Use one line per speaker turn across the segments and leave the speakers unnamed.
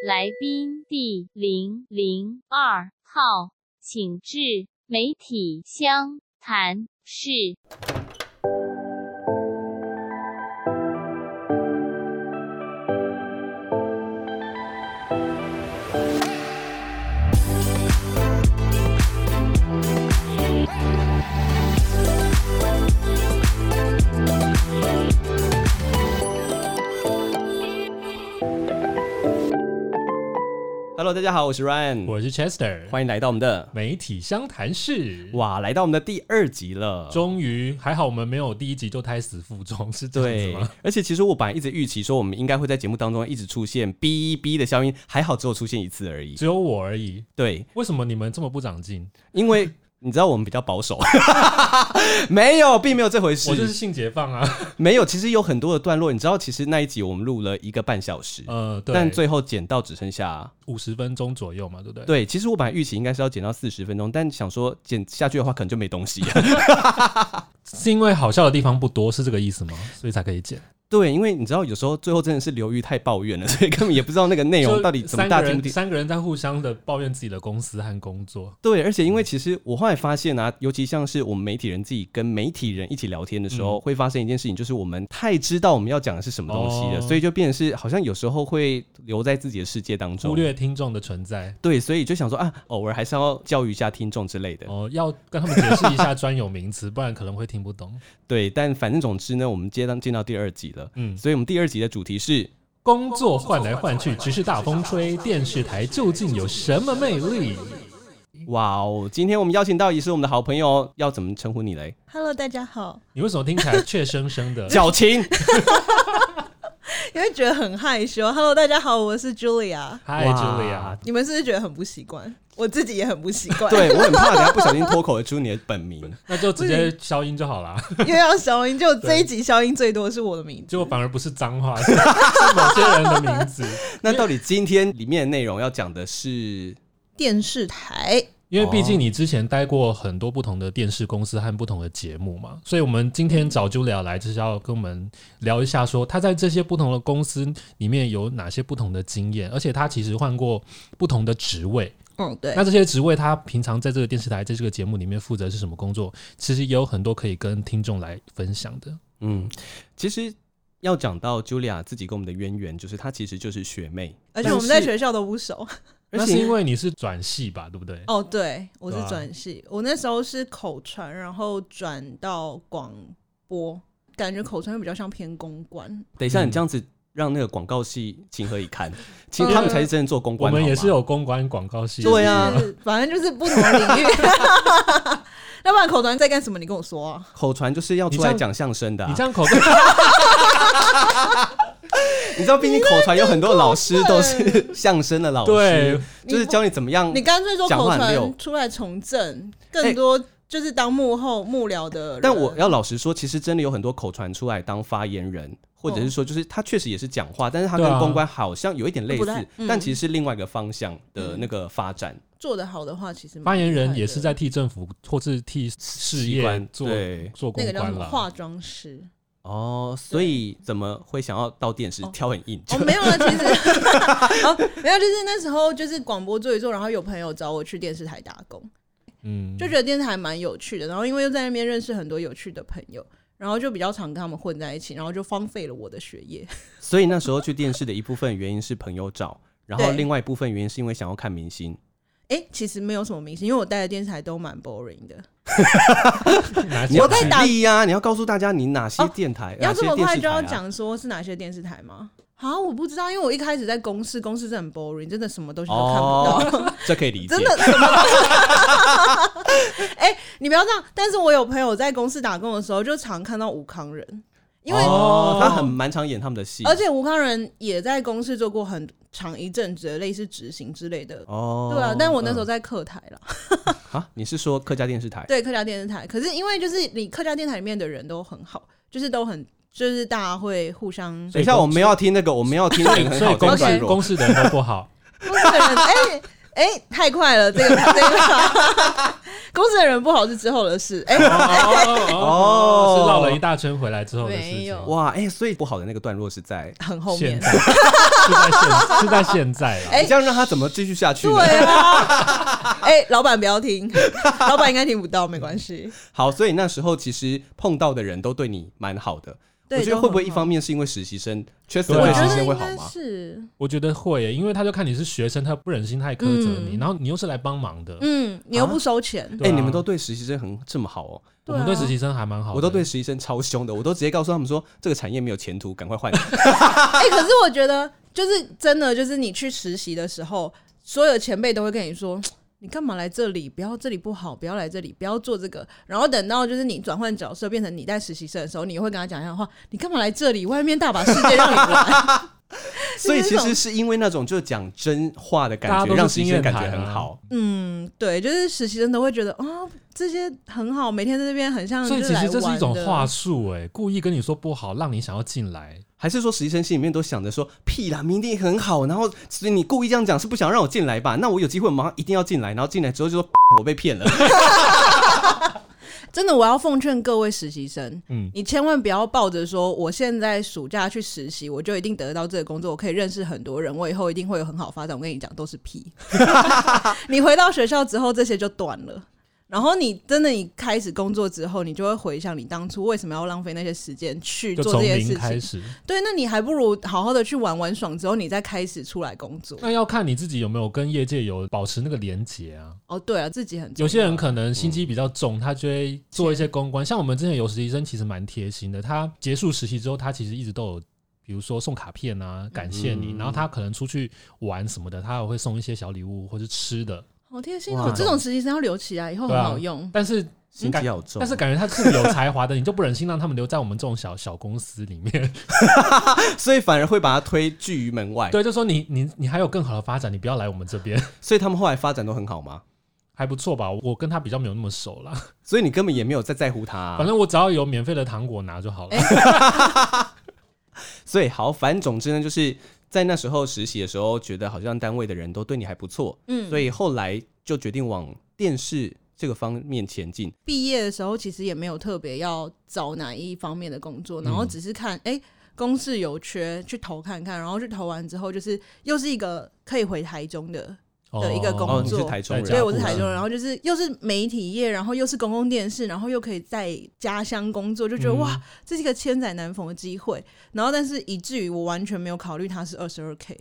来宾第零零二号，请至媒体相谈室。
Hello，大家好，我是 Ryan，
我是 Chester，
嗯欢迎来到我们的
媒体相谈室。
哇，来到我们的第二集了。
终于还好，我们没有第一集就胎死腹中，是这样
对
子吗？，
而且其实我本来一直预期说我们应该会在节目当中一直出现哔哔的消音，还好只有出现一次而已。
只有我而已。
对，
为什么你们这么不长进？
因为你知道我们比较保守， 没有，并没有这回
我就是
事，
性解放 啊。
没有。其实有很多的段落，你知道，其实那一集我们录了一个半小时，
呃，对，
但最后剪到只剩下
五十分钟左右嘛，对不对？
对，其实我本来预期应该是要剪到四十分钟，但想说剪下去的话可能就没东西。
是因为好笑的地方不多，是这个意思吗？所以才可以剪。
对，因为你知道，有时候最后真的是刘瑜太抱怨了， 所以根本也不知道那个内容
就
到底怎么
三
大
个
听不
人
听。
三个人在互相的抱怨自己的公司和工作。
对，而且因为其实我后来发现啊，尤其像是我们媒体人自己跟媒体人一起聊天的时候，
嗯
会发生一件事情，就是我们太知道我们要讲的是什么东西了，
哦
所以就变成是好像有时候会留在自己的世界当
忽
中。
略听众的存在，
对，所以就想说啊，偶尔还是要教育一下听众之类的。
哦、要跟他们解释一下专有名词，不然可能会听不懂。
对，但反正总之呢，我们接到进到第二集了，
嗯，
所以我们第二集的主题是
工作换来换去，只是大风吹，电视台究竟有什么魅力？
哇哦，今天我们邀请到也是我们的好朋友，哦要怎么称呼你 嘞？
Hello，大家好，
你为什么听起来怯生 生的？
矫情。
因为觉得很害羞。Hello，大家好，我是 Julia。
嗨
哇
，Julia，
你们是不是觉得很不习惯？我自己也很不习惯，，
对我很怕等下不小心脱口而出你的本 名。
那就直接消音就好啦。
又要消音，就这一集消音最多是我的名字。
结果反而不是脏话，是是某些人的名字。
那到底今天里面的内容要讲的是？
电视台
因为毕竟你之前待过很多不同的电视公司和不同的节目嘛，所以我们今天找 Julia 来，就是要跟我们聊一下，说她在这些不同的公司里面有哪些不同的经验，而且她其实换过不同的职位。
嗯，对
那，这些职位，他平常在这个电视台、在这个节目里面负责是什么工作？其实也有很多可以跟听众来分享的。
嗯，其实要讲到 Julia 自己跟我们的渊源，就是她其实就是学妹，
而且我们在学校都不熟。
那是因为你是转系吧，对不对？
哦，对，我是
对啊
转系，我那时候是口传，然后转到广播，感觉口传会比较像偏公关。
等一下
嗯
你这样子让那个广告系情何以 堪？其实他们才是真正做公
我
关，
们也
好吗
是。有公关广告系，
对啊
就是，反正就是不同的领域。 要不然口传在干什么？你跟我说、啊。
口传就是要出来讲相声的、啊
你这，样口干，
你知道，毕竟口传有很多老师都是相声的老
对
师，就是教你怎么样
你干脆说
讲
口
话很溜哎
传出来从政，更多就是当幕后幕僚的人。
但我要老实说，其实真的有很多口传出来当发言人，或者是说，就是他确实也是讲话，但是他跟
对啊
公关好像有一点类
不
似，
太嗯
但其实是另外一个方向的那个发展。
做得好的话，其实蛮
发言 人也
厉害的
是在替政府或是替事
习
业
惯
做
对
做
那
公
个叫
关
什么
了。
化妆师。
哦，所以怎么会想要到电视
哦
挑很硬？
哦，没有了，其实 哦没有，就是那时候就是广播做一做，然后有朋友找我去电视台打工，
嗯，
就觉得电视台蛮有趣的。然后因为又在那边认识很多有趣的朋友，然后就比较常跟他们混在一起，然后就荒废了我的学业。
所以那时候去电视的一部分原因是朋友找，然后
对
另外一部分原因是因为想要看明星。
哎、其实没有什么明星，因为我待的电视台都蛮 boring 的。
拿
你要
奖
在
举
打
例呀、啊你要告诉大家你哪些
哦
电台，
要
哪些
这么
电
快
视
就
台
要
啊。
讲说是哪些电视台吗？啊，我不知道，因为我一开始在公视，公视真的很 boring，真的什么东西都看
哦
不到，，
这可以理解
真。的什么东西。 哎、你不要这样！但是我有朋友在公司打工的时候，就常看到吴康人，因为、
哦，他很蛮常演他们的戏，
而且吴康人也在公司做过很长一阵子的类似执行之类的，
哦，
对啊。但我那时候
嗯
在客台啦，
啊，你是说客家电视台？
对客家电视台。可是因为就是你客家电台里面的人都很好，就是都很就是大家会互相
等一下，我们要听那个，我们要听那个很
所
好
以公
的段
式
落。
公式的人都不好。
不可能，哎、哎、太快了，这个这个，公司的人不好是之后的事。哎、
哦，是绕了一大圈回来之后的事
没
情。
有
哇，哎、所以不好的那个段落是在，
很后
现
面。
在是在现是在现 在啦。
哎
你这样让他怎么继续下去呢？
对啊，哎、老板不要听， 老板应该听不到，没关系。
好，所以那时候其实碰到的人都对你蛮好的。我
对
觉得会不会一方
面？
面是因为实习生缺死
对啊
我
的
觉
实习
得
生会
应
好
该
吗？
是，
我觉得会耶，因为他就看你是学生，他不忍心太苛责你，
嗯
然后你又是来帮忙的。
嗯，你又不收钱，
对
哎、
啊
你们都对实习生很这么好哦，
我们
对
对
啊
实习生还蛮好的，
我都对实习生超凶的，我都直接告诉他们说这个产业没有前途，赶快 换。
哎、可是我觉得，就是真的，就是你去实习的时候，所有前辈都会跟你说。你干嘛来这里？不要这里不好，不要来这里，不要做这个。然后等到就是你转换角色，变成你带实习生的时候，你会跟他讲一样的话：你干嘛来这里？外面大把世界让你玩。
所以其
就是那
实
种
是因为那种就是讲真话的
大
感
家
觉，
都是
让实习生
经验
感觉
谈
很
啊
好。
嗯，对，就是实习生都会觉得啊、这些很好，每天在这边很像
所以
嗯就
其
来
实这是一种
玩的
话术，哎，故意跟你说不好，让你想要进来。
还是说实习生心里面都想着说屁啦，明天很好，然后所以你故意这样讲是不想让我进来吧？那我有机会马上一定要进来，然后进来之后就说 我被骗了。
真的，我要奉劝各位实习生，
嗯
嗯，你千万不要抱着说我现在暑假去实习，我就一定得到这个工作，我可以认识很多人，我以后一定会有很好发展。我跟你讲，都是 屁。你回到学校之后，这些就断了。然后你真的你开始工作之后，你就会回想你当初为什么要浪费那些时间去
就
做这
从
些
零
事
开
情。
始。
对，那你还不如好好的去玩玩爽，之后你再开始出来工作。
那要看你自己有没有跟业界有保持那个连结啊。
哦，对啊，自己很重
有
要
些人可能心机比较重，他就会做一些公关。像我们之前有实习生，其实蛮贴心的。他结束实习之后，他其实一直都有，比如说送卡片啊，感谢你。
嗯
然后他可能出去玩什么的，他也会送一些小礼物或是吃的。
好贴心
哇
哦，这种实习生要留起来，以后
对
很
啊
好用。
但是
心
感
机好重，
但是感觉他是有才华的，你就不忍心让他们留在我们这种小小公司 里面。
所以反而会把他推拒于门外。
对，就说你你你还有更好的发展，你不要来我们这边，
所以他们后来发展都很好吗？
还不错吧？我跟他比较没有那么熟啦，
所以你根本也没有在在乎他啊、
反正我只要有免费的糖果拿就好了。
哎
所以好，反正总之呢，就是在那时候实习的时候，觉得好像单位的人都对你还不错，
嗯
所以后来就决定往电视这个方面前进。
毕业的时候其实也没有特别要找哪一方面的工作，然后
嗯
只是看哎、诶公司有缺去投看看，然后去投完之后就是又是一个可以回台中的，的一个工
哦，
作
你是台中人，
对
所以
家
我是
户嗯
台中
是
人，然后就是又是媒体业，然后又是公共电视，然后又可以在家乡工作，就觉得、
嗯
哇，这是一个千载难逢的机会。然后但是以至于我完全没有考虑它是二十二 k，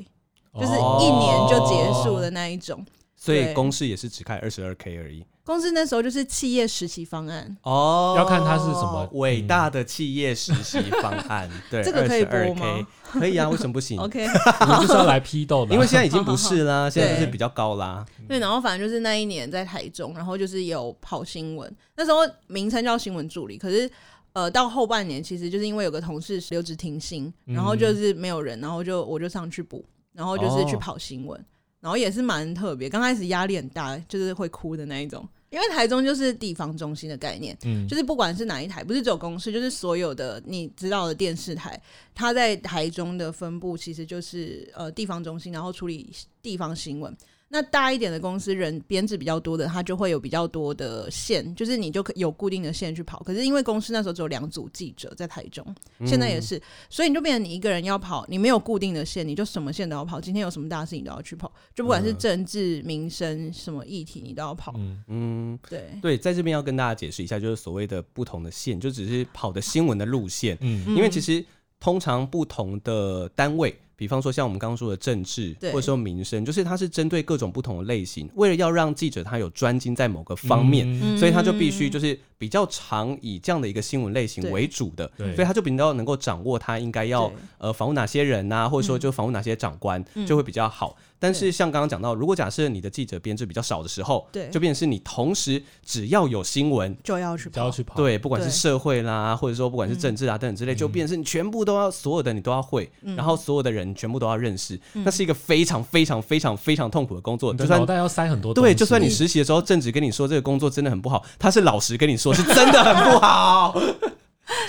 就是
哦
一年就结束的那一种。
所以
对
公式也是只开二十二 K 而已。
公司那时候就是企业实习方案，
哦
要看它是什么嗯
伟大的企业实习方案，对，
这个可以播
22K
吗？
可以啊，为什么不行？
，OK。
我们就是要来批斗的啊，
因为现在已经不是啦，现在就是
对
比较高啦。
对，然后反正就是那一年在台中，然后就是有跑新闻，那时候名称叫新闻助理，可是呃到后半年其实就是因为有个同事留职停薪，然后就是没有人，然后就我就上去补，然后就是去
哦
跑新闻，然后也是蛮特别，刚开始压力很大，就是会哭的那一种，因为台中就是地方中心的概念，
嗯
就是不管是哪一台，不是只有公视，就是所有的你知道的电视台，它在台中的分布其实就是呃地方中心，然后处理地方新闻。那大一点的公司人编制比较多的，它就会有比较多的线，就是你就可有固定的线去跑。可是因为公司那时候只有两组记者在台中，现在也是，所以你就变成你一个人要跑，你没有固定的线，你就什么线都要跑。今天有什么大事你都要去跑，就不管是
嗯
政治、民生什么议题，你都要跑。
嗯，
嗯，
对，
对，在这边要跟大家解释一下，就是所谓的不同的线，就只是跑的新闻的路线。
嗯
因为其实通常不同的单位，比方说像我们刚刚说的政治，
对
或者说民生，就是它是针对各种不同的类型，为了要让记者他有专精在某个方面。
嗯
所以他就必须就是比较常以这样的一个新闻类型
对
为主的，
对
所以他就比较能够掌握他应该要
对嗯
呃访问哪些人呐、或者说就访问哪些长官，就会比较好。但是像刚刚讲到，如果假设你的记者编制比较少的时候，
对
就变成是你同时只要有新闻，
就要去
就要
跑。
去跑，
对，不管是
对嗯
社会啦，或者说不管是政治啊等等之类，就变成是你全部都要，所有的你都要会，
嗯
然后所有的人全部都要认识，那是一个非常非常非常非常痛苦的工作。
你
就
的脑
算
袋要塞很多东西，
对，就算你实习的时候，正职跟你说这个工作真的很不好，他是老实跟你说是真的很不 好，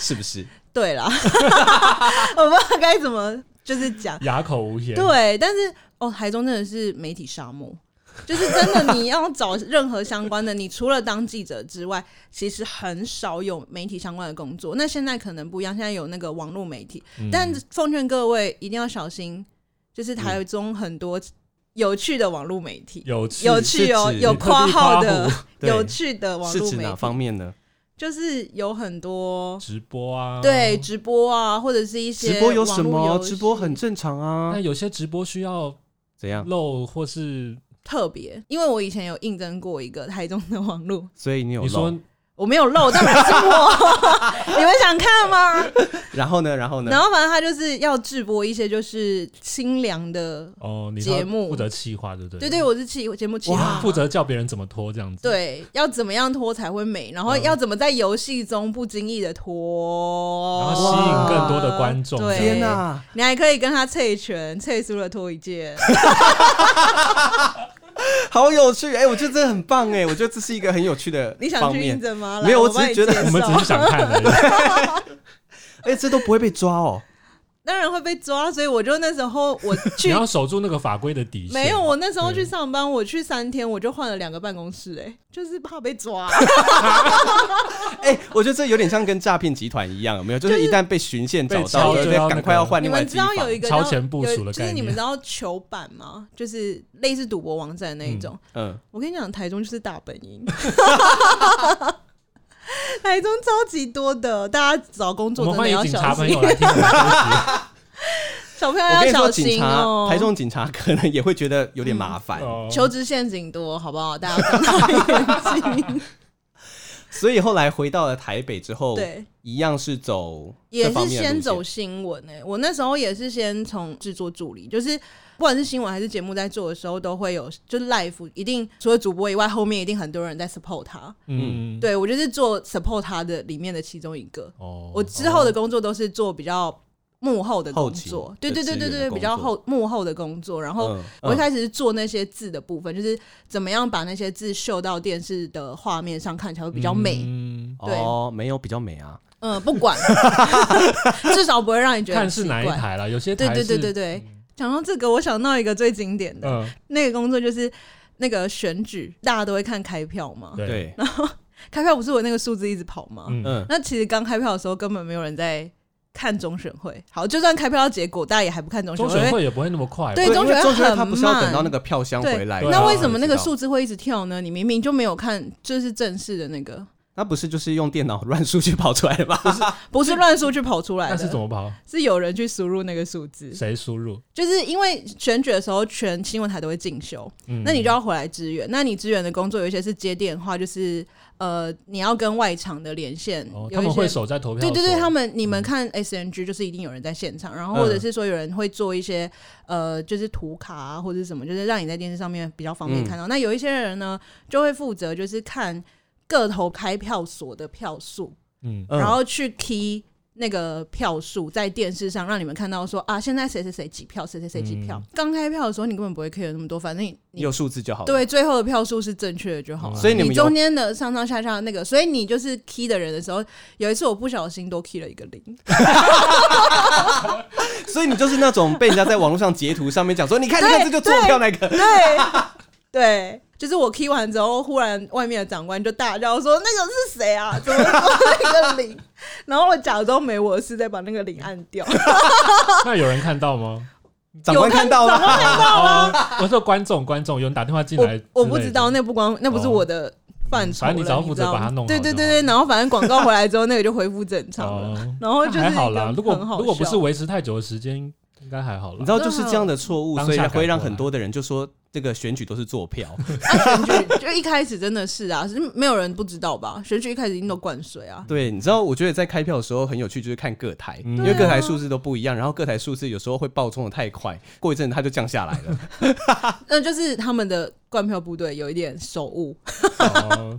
是不是？
对啦， 我不知道该怎么就是讲。
哑口无言，
对，但是哦，台中真的是媒体沙漠，就是真的，你要找任何相关的，你除了当记者之外，其实很少有媒体相关的工作。那现在可能不一样，现在有那个网络媒体，
嗯
但奉劝各位一定要小心，就是台中很多有趣的网络媒体，
有趣
有趣哦，
是指
有括号
特地
的
夸
对
有趣的网
是
络
指
媒
哪方
体，
面呢？
就是有很多
直播啊，
对直播啊，或者是一些
直播有什
网络
么？
游戏
直播很正常啊
那。有些直播需要
怎样？
露，或是
特别，因为我以前有应征过一个台中的网络
所以你有
你说
漏，
我没有漏，当然是我。你们想看吗？
然后呢？然后呢
然？后反正他就是要直播一些就是清凉的，
哦，你
节目
负责企划，对不对？
对对，我是企节目企划
哇，
嘛
负责教别人怎么脱这样子。，
对，要怎么样脱才会美，然后
嗯
要怎么在游戏中不经意的脱，
然后吸引更多的观众
对，
天哪、
哪！你还可以跟他脆拳，脆输了脱一件，
好有趣！哎、我觉得这很棒哎、我觉得这是一个很有趣的
你想
方
去
面
应。征吗？
没有
来
我
我
只
帮
是
你
觉得
介
我们只
绍
是想看而已。
啊
哎、这都不会被抓哦。
当然会被抓，所以我就那时候我
你
去。
要守住那个法规的底线。
没有，我那时候
对
去上班，我去三天，我就换了两个办公室、哎，就是怕被抓。啊
哎、我觉得这有点像跟诈骗集团一样，有没有？就是一旦被循线找
被
到
敲
了，
就要
赶快要换
你
另外
们
机
知道
房。
有一个
超
叫
前部
有
署的
就是
概
你
念
们知道球板吗？就是类似赌博网站那一种。
嗯，
我跟你讲，台中就是大本营， 台中超级多的，大家找工
我
作
们
真的
欢迎
要
警察
小
朋
心
友，来听我们分
小朋友
我跟
呃要
你说，
小
警
心
察、
哦、
台中警察可能也会觉得有点麻烦，
析哦。
求职陷阱多，好不好？大家睁大 眼睛。
所以后来回到了台北之后，
对，
一样是走
也
这方
是
面的
先
路线
走新闻诶、我那时候也是先从制作助理，就是不管是新闻还是节目在做的时候，都会有就是 life 一定除了主播以外，后面一定很多人在 support 他。
嗯，
对我就是做 support 他的里面的其中一个。
哦，
我之后的工作都是做比较幕后的工
后
作
勤，
对对对
的
对对
资源的工
对，
作
比较后幕后的工作。然后
嗯
我一
嗯
开始是做那些字的部分，就是怎么样把那些字秀到电视的画面上看起来会比较美。
嗯
对
哦，没有比较美啊，
嗯，不管， 至少不会让你觉得很
看是哪一
奇怪
台了，有些
对
台
对对
是
对对，讲到这个，我想到一个最经典的、
嗯，
那个工作，就是那个选举，大家都会看开票嘛。
对，
对，
开票不是我那个数字一直跑吗？
嗯，
嗯，
那其实刚开票的时候，根本没有人在看中选会。好，就算开票结果，大家也还不看中选
中
会。
选
因为
会也不会那么快吧，
对中
因为
学
中学
很
他不是要等
慢
到那个票箱
对
回来，
对啊
那为什么那个
才知道
数字会一直跳呢？你明明就没有看，就是正式的那个，
那不是就是用电脑乱数据跑出来的吧？
不是乱数据跑出来
那是怎
的，
么跑？
是有人去输入那个数字。
谁输入？
就是因为选举的时候，全新闻台都会进修，
嗯
那你就要回来支援。那你支援的工作有一些是接电话，就是呃，你要跟外场的连线，
哦，他
有
们
一
会
些。
守在投票
对
所，
对对，他们你
嗯
们看 SNG 就是一定有人在现场，然后或者是说有人会做一些、呃，就是图卡啊或者是什么，就是让你在电视上面比较方
嗯
便看到。那有一些人呢，就会负责就是看各头开票所的票数，
嗯，
嗯
然后去 key 那个票数在电视上，让你们看到说啊，现在谁谁谁几票，谁谁谁几票
嗯。
刚、开票的时候，你根本不会 care 那么多，反正你你
有数字就好了。
对最后的票数是正确的就
嗯
好了。
所以你们
你
有
中间的上上下下的那个，所以你就是 key 的人的时候，有一次我不小心多 key 了一 个零，
所以你就是那种被人家在网络上截图上面讲 说，你看你看这就
对
错票那个，
对对，就是我 key 完之后，忽然外面的长官就大叫说：“那个是谁啊？怎么多一个零？” 然后我假装没我的事，再把那个零按掉。
那有人看到吗？
长官看到
长
了，
官 看到
哦，我说观众，观众有人打电话 进来之类的，
我我不知道，那不光那不是
哦
我的范畴
反
了、
正你只要负责
知道
把它弄好
对对
就
对
好
对，然后反正广告回来之后，那个就恢复正常了。
哦
然后
那
就是
还好
一个
啦，如果
很好
如果不
笑
是维持太久的时间，应该还好啦。
你知道
嗯
就是这样的错误，
当
所
下
以
改过
会
来
让很多的人就说这个选举都是坐 票。
啊，选举 就一开始真的是啊，是没有人不知道吧？选举一开始一定都灌水啊，
对，你知道我觉得在开票的时候很有趣，就是看各台，
嗯
因为各台数字都不一样，然后各台数字有时候会爆冲的太快，过一阵它就降下来了。
那就是他们的灌票部队有一点手误。
哦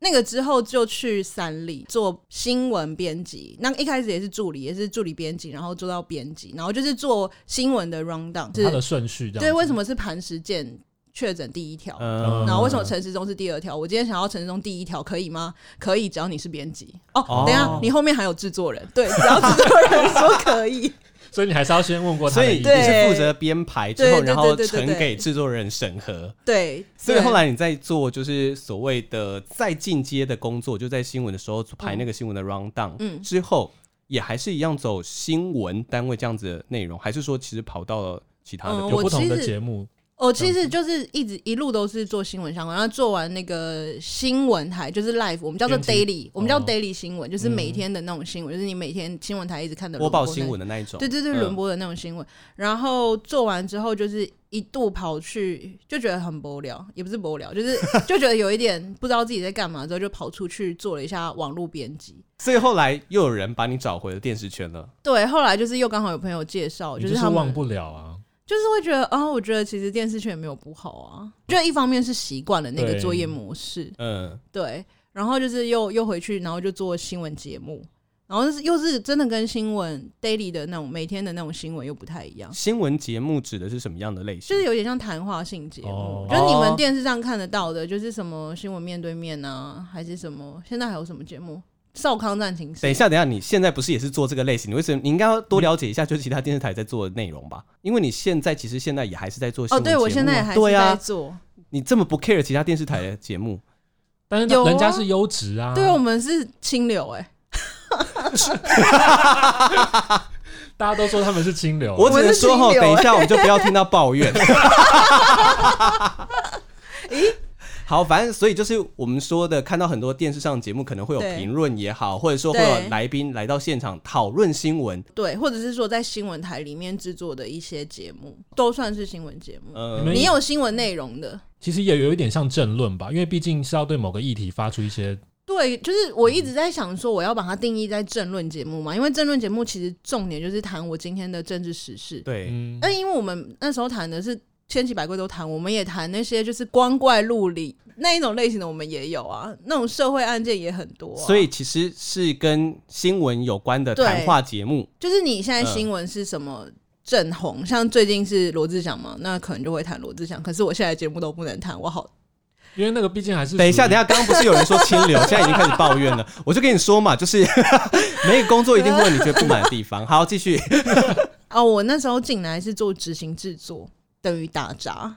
那个之后就去三立做新闻编辑，那一开始也是助理，也是助理编辑，然后做到编辑，然后就是做新闻的 round down，
它的
是
顺序这样子。
对，为什么是磐石舰确诊第一条？
嗯，
然后为什么陈时中是第二条？我今天想要陈时中第一条，可以吗？可以，只要你是编辑。哦，
哦
等一下，你后面还有制作人，对，只要制作人说可以。
所以你还是要先问过他
所
的
以
意
你
对
见。
是负责编排之后，
对对对
然后
对对
呈
对
给制作人审核。
对，
所以
对
后来你在做就是所谓的再进阶的工作，就在新闻的时候排那个新闻的 round down，
嗯
之后也还是一样走新闻单位这样子的内容，还是说其实跑到了其他的
嗯
地
有
方？
我
不同的
其实
节目，
我哦其实就是一直一路都是做新闻相关，然后做完那个新闻台就是 live，我们叫做
编辑
daily，我们叫
哦
daily 新闻，就是每天的那种新闻，就是你每天新闻台一直看
嗯
的
播
轮
报
播
新
那
闻的那一种，
对对对，
嗯
轮播的那种新闻。然后做完之后，就是一度跑去，就觉得很无聊，也不是无聊，就是 就觉得有一点不知道自己在干嘛，之后就跑出去做了一下网络编辑。
所以后来又有人把你找回了电视圈了。
对，后来就是又刚好有朋友介绍，
你
哦就是是他
忘
们
不了啊。
就是会觉得，哦，我觉得其实电视圈也没有不好啊。就一方面是习惯了那个
对
作业模式，
嗯，
对，然后就是又又回去，然后就做新闻节目。然后就是又是真的跟新闻 daily 的那种每天的那种新闻又不太一样，
新闻节目指的是什么样的类型？
就是有点像谈话性节目，
哦
就是你们电视上看得到的，就是什么新闻面对面啊，还是什么？现在还有什么节目？少康战情室
等一下，等一下，你现在不是也是做这个类型？你为什么？你应该要多了解一下，就是其他电视台在做的内容吧？因为你现在其实现在也还是在做新
哦，
闻节
对
目啊、
我现在也还是
对
在
啊，
做，
你这么不 care 其他电视台的节目，
但是
有啊
人家是优质啊，
对我们是清流哎、
大家都说他们是清流，啊
我只能说
我
哈，
是清流
等一下我们就不要听到抱怨。 好，反正所以就是我们说的，看到很多电视上节目可能会有
对
评论也好，或者说会有
对
来宾来到现场讨论新闻，
对，或者是说在新闻台里面制作的一些节目，都算是新闻节目。
呃
你，们
你有新闻内容的，
其实也有一点像政论吧，因为毕竟是要对某个议题发出一些
对，就是我一直在想说，我要把它定义在政论节目嘛，因为政论节目其实重点就是谈我今天的政治时事。
对，
嗯
但因为我们那时候谈的是千奇百怪都谈，我们也谈那些就是光怪陆离那一种类型的，我们也有啊，那种社会案件也很多、啊。
所以其实是跟新闻有关的
对
谈话节目，
就是你现在
嗯
新闻是什么正红，像最近是罗志祥嘛，那可能就会谈罗志祥。可是我现在节目都不能谈，我好
因为那个毕竟还是
等一下，
属于
等一下，刚刚不是有人说清流，现在已经开始抱怨 了。我就跟你说嘛，就是 每个工作一定会有你觉得不满的地方。好，继续。
哦，我那时候进来是做执行制作，等于打杂，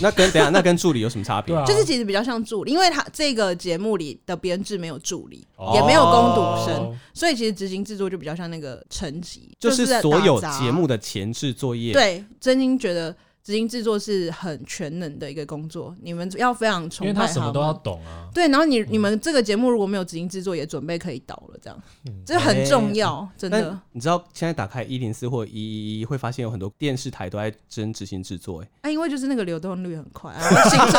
那跟等一下，那跟助理有什么差别
对？啊，
就是其实比较像助理，因为他这个节目里的编制没有助理，
哦
也没有攻读生，
哦
所以其实执行制作就比较像那个层级，
就是是
在
所有
打杂
节目的前置作业。
对，真心觉得执行制作是很全能的一个工作，你们要非常
因
崇
为
拜
他什么
们
都要懂啊。
对，然后
嗯
你你们这个节目如果没有执行制作，也准备可以倒了，这样
嗯，
这很
哎
重要，真
但
的。
你知道现在打开一零四或一一一，会发现有很多电视台都在争执行制作、欸。
啊，因为就是那个流动率很快，然后薪水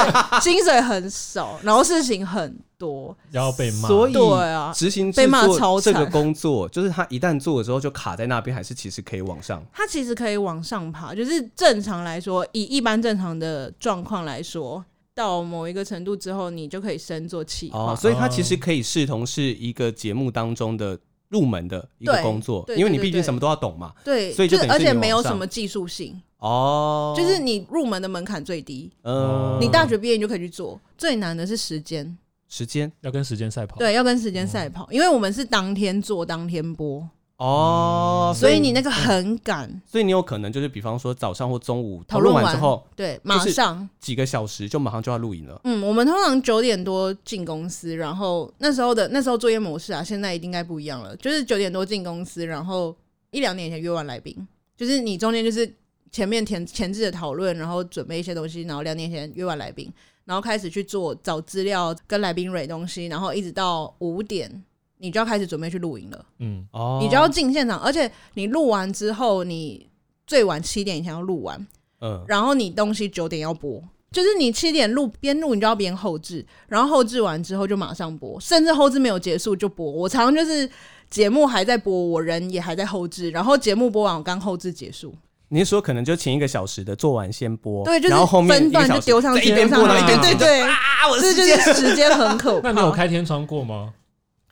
薪水很少，然后事情很多，
然后被骂，
所以
对啊
执行
被
制
骂
作
超
这
惨
个工作，就是他一旦做了之后就卡在那边，还是其实可以往上。
它其实可以往上爬，就是正常来说，以一般正常的状况来说，到某一个程度之后，你就可以升做企划。
哦，所以它其实可以视同是一个节目当中的入门的一个
对
工作，
对
因为
对
你
对
毕竟
对
什么都要懂嘛。
对，
所以就
就是
等于是
而且
你
没有
往上
什么技术性，
哦，
就是你入门的门槛最低，
嗯，
你大学毕业你就可以去做。最难的是时间，
时间
要跟时间赛跑。
对，要跟时间赛跑，因为我们是当天做当天播，
哦，
嗯所以你那个很赶，
所以你有可能就是比方说早上或中午讨
讨
论
论
完之后
对，
就
马
是
上。
几个小时就马上就要录影了。
嗯，我们通常九点多进公司，然后那时候的那时候作业模式啊，现在应该不一样了，就是九点多进公司，然后一两点以前约完来宾，就是你中间就是前面前前置的讨论，然后准备一些东西，然后两点以前约完来宾，然后开始去做找资料，跟来宾蕊东西，然后一直到五点，你就要开始准备去录影了，
嗯，
哦，
你就要进现场，而且你录完之后，你最晚七点以前要录完，
嗯，
然后你东西九点要播，就是你七点录边录，你就要边后置，然后后置完之后就马上播，甚至后置没有结束就播。我常常就是节目还在播，我人也还在后置，然后节目播完我刚后置结束，
你是说可能就前一个小时的做完先播，
对，就是
哦然后后面
分段
一个小
就
时
丢上
再
去，
一边
上
播然后一
去
边
对
对对，
啊，我
这就是时间很可
那你有
怕。
开天窗过吗？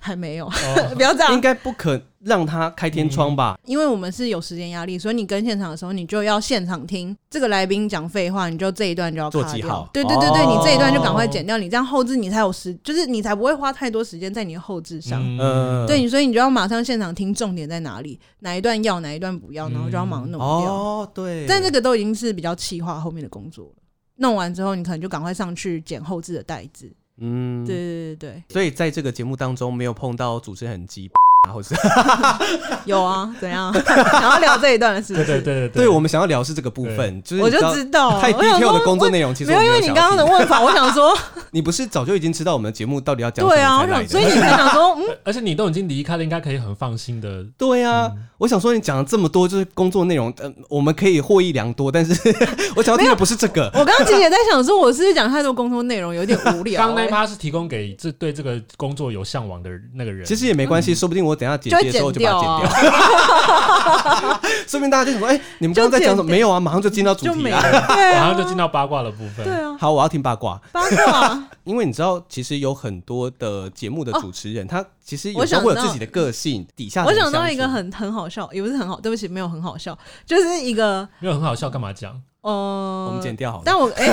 还没有，
哦
不要这样
应，该不可让他开天窗吧？
因为我们是有时间压力，所以你跟现场的时候，你就要现场听这个来宾讲废话，你就这一段就要
做
卡
记
掉
号。
对对对对，
哦
你这一段就赶快剪掉，你这样后置你才有时，就是你才不会花太多时间在你的后置上。
嗯
嗯，
对，所以你就要马上现场听重点在哪里，哪一段要，哪一段不要，然后就要马上弄掉。
哦，对，
但这个都已经是比较气化后面的工作了。弄完之后，你可能就赶快上去剪后置的袋子。
嗯
对，对对
所以在这个节目当中没有碰到主持人很鸡巴，或是
对，有啊，怎样？想要聊这一段了是不
对
是？
对对
对我们想要聊是这个部分，就是
我
你
就
道
知道，
太
我想
detail
说
的工作内容，其实
没有，
我
因为你
想
刚刚的
要听
问法，我想说，
你不是早就已经知道我们的节目到底要 讲什么
对啊，我
才来
想，
的
所以你才想说， 嗯，
而且你都已经离开了，应该可以很放心的。
对啊，我想说你讲了这么多，就是工作内容，呃，我们可以获益良多，但是 我想要听的不是这个，
我刚刚其实也在想说，我是不是讲太多工作内容有点无聊、
刚刚那一
哎
欸？
趴是提供给这对这个工作有向往的那个人，
其实也没关系，说不定我等一下剪接的时候就把它剪
就会
掉， 说不定大家就想说，哎、你们刚刚在讲什
就
么？
剪
没有啊，马上就进到主
就
题
没
了。
了，对
马上
啊，
就进到八卦的部分。
对啊，
好，我要听八卦，
八卦，
因为你知道，其实有很多的节目的主持人，他其实有时候
哦我
会
想到
有自己的个性，底下
我
怎么
想到
相
一个
处
很很好笑，也不是很好，对不起，没有很好笑，就是一个
没有很好笑，干嘛讲？
我
呃
们，剪掉好了。
但我哎，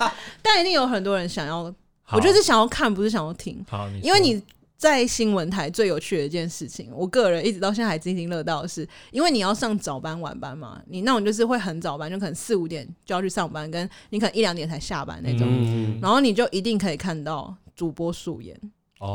但一定有很多人想要，
好
我觉得是想要看，不是想要听，
好，你说
因为你。在新闻台最有趣的一件事情，我个人一直到现在还津津乐道的是，因为你要上早班晚班嘛，你那种就是会很早班，就可能四五点就要去上班，跟你可能一两点才下班那种。
嗯
然后你就一定可以看到主播素颜，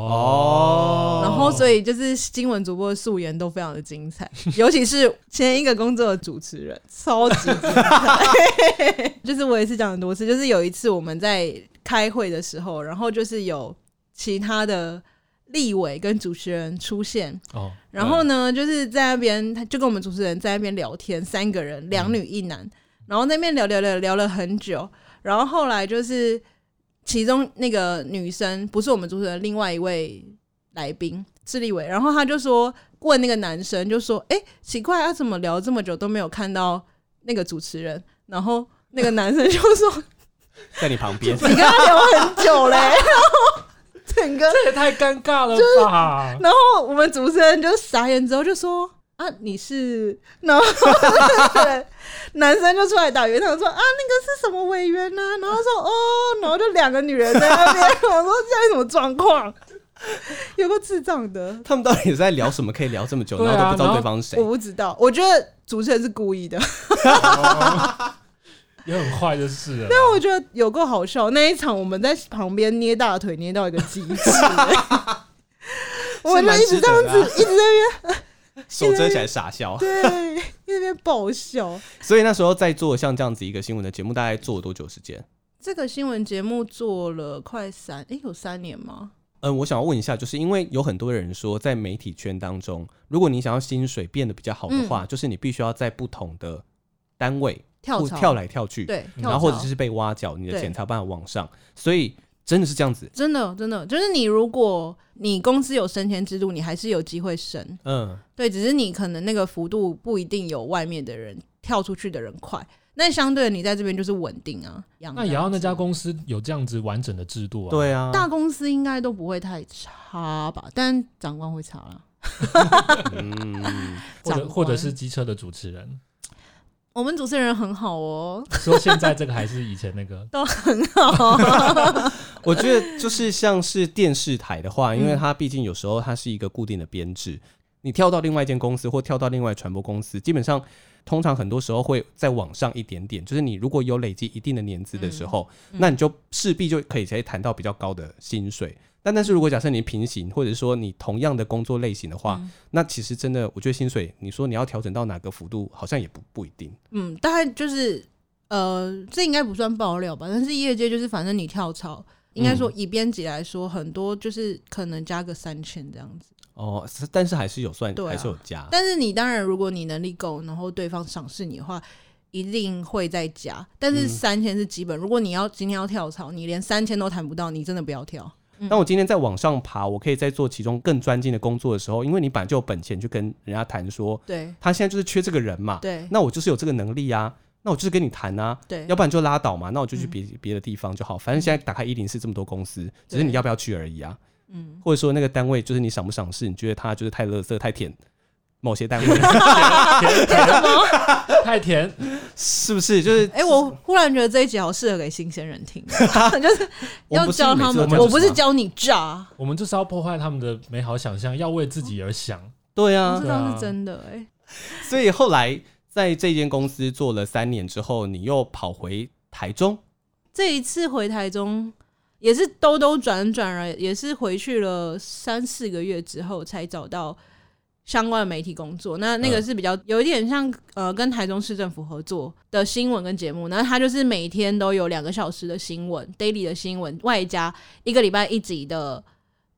哦，
然后所
以
以就是新闻主播的素颜都非常的精彩， 尤其是前一个工作的主持人，超级精彩。就是我也是讲很多次，就是有一次我们在开会的时候，然后就是有其他的立委跟主持人出现，
哦，
然后呢，就是在那边，他就跟我们主持人在那边聊天，三个人，两女一男，然后那边聊聊聊聊了很久，然后后来就是其中那个女生不是我们主持人，另外一位来宾是立伟，然后他就说问那个男生，就说：“哎、奇怪，他、啊、怎么聊这么久都没有看到那个主持人？”然后那个男生就说 ，
在你旁边：“
你跟他聊很久嘞。”然后整个
这也太尴尬了吧？
然后我们主持人就傻眼之后就说。啊，你是，然后男生就出来打圆场说啊，那个是什么委员呢、然后说哦，然后就两个女人在那边，我说现在什么状况？有个智障的，
他们到底在聊什么？可以聊这么久，
对啊
然后都不知
然
道
后
对方是
我
谁。
不知道，我觉得主持人是故意的，
有很坏的事啊。
我觉得有够好笑。那一场我们在旁边捏大腿捏到一个极 致，我们就一直这样
是蛮值得的啊
子，一直在
手遮起来傻笑。
对，一直在那边爆笑。
所以那时候在做像这样子一个新闻的节目，大概做了多久时间？
这个新闻节目做了快三，诶，有三年吗？
嗯，我想要问一下，就是因为有很多人说，在媒体圈当中，如果你想要薪水变得比较好的话，就是你必须要在不同的单位
嗯跳
或
槽
跳来跳去，
对，
然后或者是被挖角，你的
对
钱才有办法往上。所以真的是这样子，
真的真的，就是你如果你公司有升迁制度，你还是有机会升，
嗯，
对，只是你可能那个幅度不一定有外面的人跳出去的人快，那相对的你在这边就是稳定啊。养
那也要那
这
家
样子
公司有这样子完整的制度啊。，
对啊，
大公司应该都不会太差吧，但长官会差啦。
嗯，
或
长
者
官
或者是机车的主持人
我们主持人很好哦，，
说现在这个还是以前那个
都很好，
我觉得就是像是电视台的话，因为它毕竟有时候它是一个固定的编制，你跳到另外一间公司或跳到另外传播公司，基本上通常很多时候会再往上一点点。就是你如果有累积一定的年资的
嗯
时候，那你就势必就可以可以谈到比较高的薪水。但但是如果假设你平行，或者说你同样的工作类型的话，
嗯
那其实真的，我觉得薪水，你说你要调整到哪个幅度，好像也不不一定。
嗯，大概就是呃，这应该不算爆料吧，但是业界就是反正你跳槽，应该
嗯
说以编辑来说，很多就是可能加个三千这样子。
哦，是但是还是有算，
对啊
还是有加。
但是你当然，如果你能力够，然后对方赏识你的话，一定会再加。但
嗯
是三千是基本，如果你要今天要跳槽，你连三千都谈不到，你真的不要跳。
当我今天在往上爬，我可以在做其中更专精的工作的时候，因为你本来就有本钱去跟人家谈说，
对
他现在就是缺这个人嘛，
对
那我就是有这个能力啊，那我就是跟你谈啊，
对，嗯
要不然就拉倒嘛，那我就去别别、的地方就好，反正现在打开一零四这么多公司，只是你要不要去而已啊。
嗯，
或者说那个单位就是你赏不赏识，你觉得他就是太垃圾、太舔某些 单位，
啊
太甜，
是不是？就是
哎、我忽然觉得这一集好适合给新鲜人听，就是
我
要
不是
教
每
他
次
们
都这，样
我
子啊
不是
吗
教你炸，
我们就是要破坏他们的美好想象，要为自己而想。
对
这
啊，
倒是真的哎、
所以后来在这间公司做了三年之后，你又跑回台中，
这一次回台中也是兜兜转转了，也是回去了三四个月之后才找到相关的媒体工作。那那个
嗯
是比较有一点像呃跟台中市政府合作的新闻跟节目，然后它就是每天都有两个小时的新闻，daily 的新闻，外加一个礼拜一集的。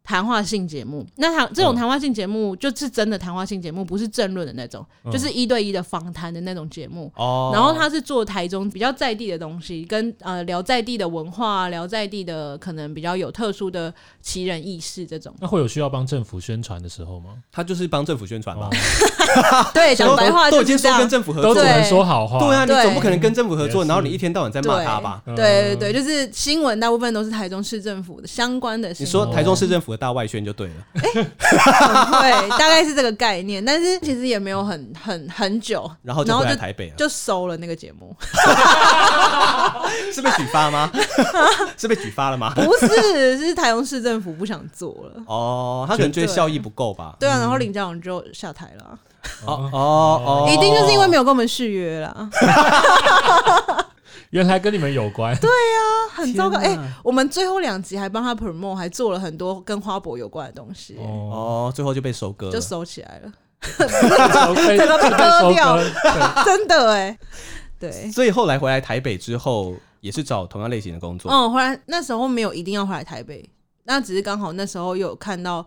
谈话性节目，那谈这种
嗯
谈话性节目就是真的谈话性节目，不是政论的那种，
嗯。
就是一对一的访谈的那种节目。
哦
然后他是做台中比较在地的东西，跟呃聊在地的文化啊，聊在地的可能比较有特殊的奇人异事这种
那会有需要帮政府宣传的时候吗？
他就是帮政府宣传嘛
哦，
对，
啊都
哎讲白话
都
就
已经
是这
说
样
跟。政府合
都
作
只
了，
能说好话。
对啊，你
对
总不可能跟政府合作，
也是
然后你一天到晚在骂
对
他吧？
嗯
对对对，就是新闻大部分都是台中市政府的相关的新
你
闻。
说台中市政府的大外宣就对了，
对，大概是这个概念，但是其实也没有很很很久，
然后就
然后
回来
就
台北了，
就收了那个节目。
是被举发吗？是被举发了吗？
不是，是台中市政府不想做了。
哦，他可能觉得效益不够吧？
对啊，然后林佳龙就下台了啊，
哦哦哦，
一定就是因为没有跟我们续约啦。
原来跟你们有关。
很糟糕。哎、
天哪
我们最后两集还帮他 promote，还做了很多跟花博有关的东西、
哦，
哦，最后就被收割
就
了。
收起来了。
整
整个被割掉
对
真的哎、对，
所以后来回来台北之后，也是找同样类型的工作。
嗯，回来那时候没有一定要回来台北，那只是刚好那时候有看到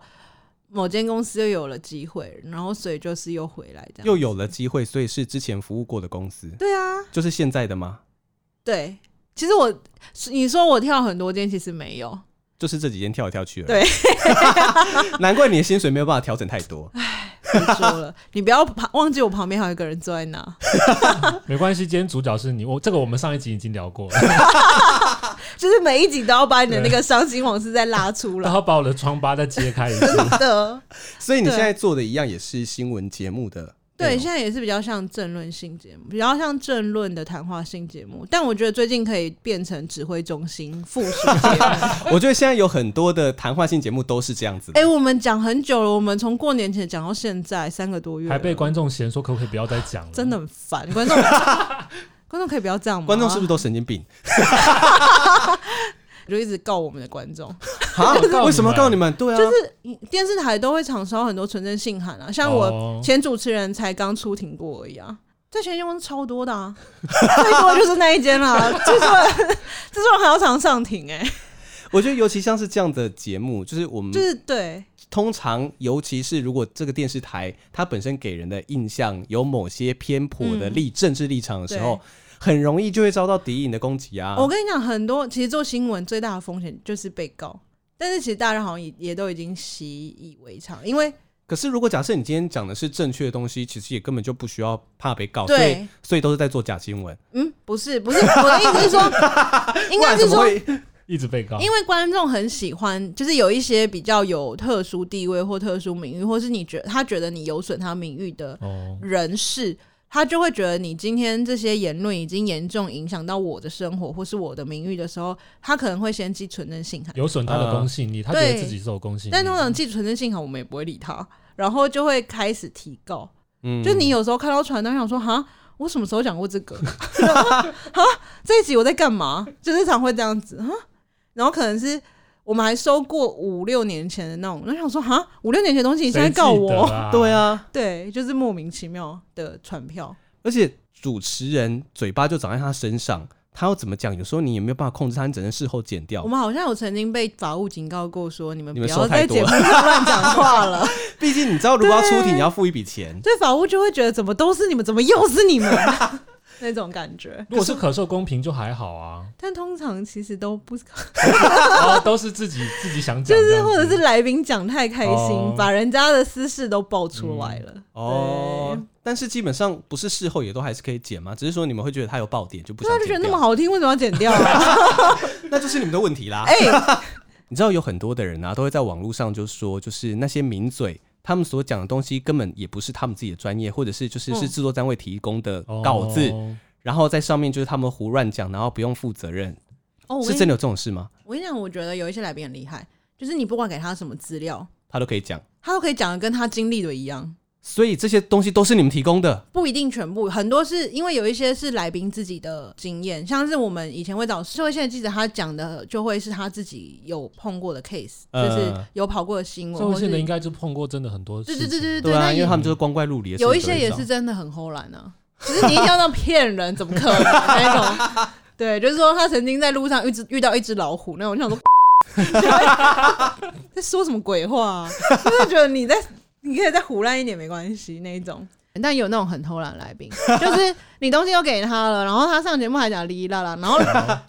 某间公司又有了机会，然后所以就是又回来这样。
又有了机会，所以是之前服务过的公司，
对啊，
就是现在的吗？
对。其实我你说我跳很多间，其实没有，
就是这几天跳来跳去了。
对，
难怪你的薪水没有办法调整太 多。
我说 了，你不要旁忘记我旁边还有一个人坐在那。
没关系，今天主角是你。我这个我们上一集已经聊过了，
就是每一集都要把你的那个伤心往事再拉出
然
来，
后把我的疮疤再揭开一次。
真的。
所以你
对
现在做的一样也是新闻节目的内
对，
容。
现在也是比较像政论性节目，比较像政论的谈话性节目。但我觉得最近可以变成指挥中心附属节 目。
我觉得现在有很多的谈话性节目都是这样子的
哎、。我们讲很久了，我们从过年前讲到现在三个多月了，
还被观众嫌说可不可以不要再讲了？
真的很烦。观众， 观众可以不要这样吗？
观众是不是
都
都神经 病？
就一直告我们的观众？
啊，为什么要告你们？对啊，就是
电视台都会常收很多存证信函啊，像我
哦
前主持人才刚出庭过而已啊。在前间公司超多的啊， 最多就是那一间啦。制作人，制作人还要常上庭哎、
我觉得尤其像是这样的节目，就是我们
就是对，
通常，尤其是如果这个电视台它本身给人的印象有某些偏颇的立、政治立场的时候
嗯对，
很容易就会遭到敌影的攻击啊。
我跟你讲，很多其实做新闻最大的风险就是被告，但是其实大家好像也也都已经习以为常，因为
可是如果假设你今天讲的是正确的东西，其实也根本就不需要怕被告，
对
所以所以都是在做假新闻。
嗯，不是不是，我的意思 是说，应
不
该
然怎
是
么
说，
会？
一直被告，
因为观众很喜欢，就是有一些比较有特殊地位或特殊名誉，或是你觉他觉得你有损他名誉的
哦，
人士。他就会觉得你今天这些言论已经严重影响到我的生活或是我的名誉的时候，他可能会先寄存真信函。
有损他的公信力，他觉得自己是有公信力。
但通常寄存真信函，我们也不会理他，然后就会开始提告。
嗯
就你有时候看到传单，想说哈，我什么时候讲过这个？ 然后哈，这一集我在干嘛？就是常会这样子哈。然后可能是我们还收过五六年前的那种，然后想说哈，五六年前的东西你现在告我，
对
啊，
啊，
对，就是莫名其妙的传票。
而且主持人嘴巴就长在他身上，他要怎么讲，有时候你也没有办法控制他，你只能事后剪掉
我。们好像有曾经被法务警告过说，你们
你
不
们
要
收太
在
多
节目上乱讲话了。
毕竟你知道，如果要出庭，你要付一笔钱。
对，法务就会觉得怎么都是你们，怎么又是你们 那种感觉。
如果是可受公平就还好啊，
但通常其实都不
然后都是自己自己想讲
就
这样子，
是或者是来宾讲太开心，
哦嗯
把人家的私事都爆出来了。
哦，但是基本上不是事后也都还是可以剪嘛，只是说你们会觉得他有爆点就不
对，啊
想
他就
剪
觉得那
掉
么好听，为什么要剪掉啊？
那就是你们的问题啦。
哎、
你知道有很多的人啊，都会在网络上就说，就是那些名嘴。他们所讲的东西根本也不是他们自己的专业，或者是
嗯
就是是制作单位提供的稿子，
哦
然后在上面就是他们胡乱讲，然后不用负责任，
哦，我
是
跟
真
你
的有这种事吗？
我跟你讲，我觉得有一些来宾很厉害，就是你不管给他什么资料，
他都可以讲，
他都可以讲的跟他经历的一样，
所以这些东西都是你们提供的
不一定全部，很多是因为有一些是来宾自己的经验，像是我们以前会找社会线的记者，他讲的就会是他自己有碰过的 case，、
呃
就是有跑过的新闻，
嗯社会
或是
线的应该就碰过真的很多事
对
情
对对对
对
那
啊，
也
因为他们就是光怪陆离的事情都
嗯有
会
一
找，
些也是真的很偷 懒啊，只是你一定要让骗人，怎么可能啊那种？对，就是说他曾经在路上一直遇到一只老虎，那我就想说在说什 么鬼话、啊，就是觉得你在你可以再胡乱一点没关系那一种。但有那种很偷懒的来 宾，就是你东西都给他了，然后他上节目还讲哩哩啦啦，然 后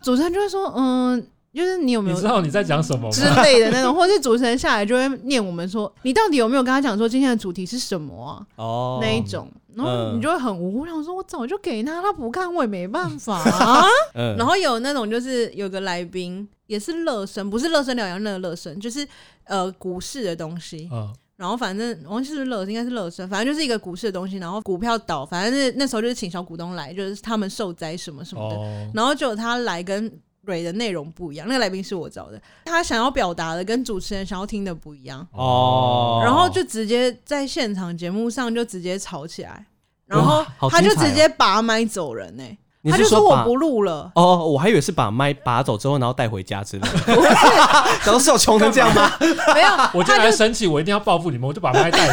主持人就会说，嗯，就是你有没
你
有
知道你在讲什么
之
吗？
类的那种，或者是主持人下来就会念我们说，你到底有没有跟他讲说今天的主题是什么啊？
哦
那一种，然后
嗯
你就会很无聊，说我早就给他，他不看我也没办法、 啊。
嗯
然后有那种就是有个来宾也是乐生，不是乐生疗养那个乐生，就是呃股市的东西。
哦
嗯，
然后反正我忘记是不是乐，应该是乐生，反正就是一个股市的东西。然后股票倒，反正是那时候就是请小股东来，就是他们受灾什么什么的。
哦，
然后就他来跟蕊的内容不一样，那个来宾是我找的，他想要表达的跟主持人想要听的不一样。
哦，
然后就直接在现场节目上就直接吵起来，然后
哇好
他就
精彩哦
直接拔麦走人呢、欸
你
他
是
就说
把
我不录了。
哦哦，我还以为是把麦拔走之后，然后带回家之类的。 然后是有穷成这样 吗？
没有，
我既然生气，我一定要报复你们，我就把麦带走。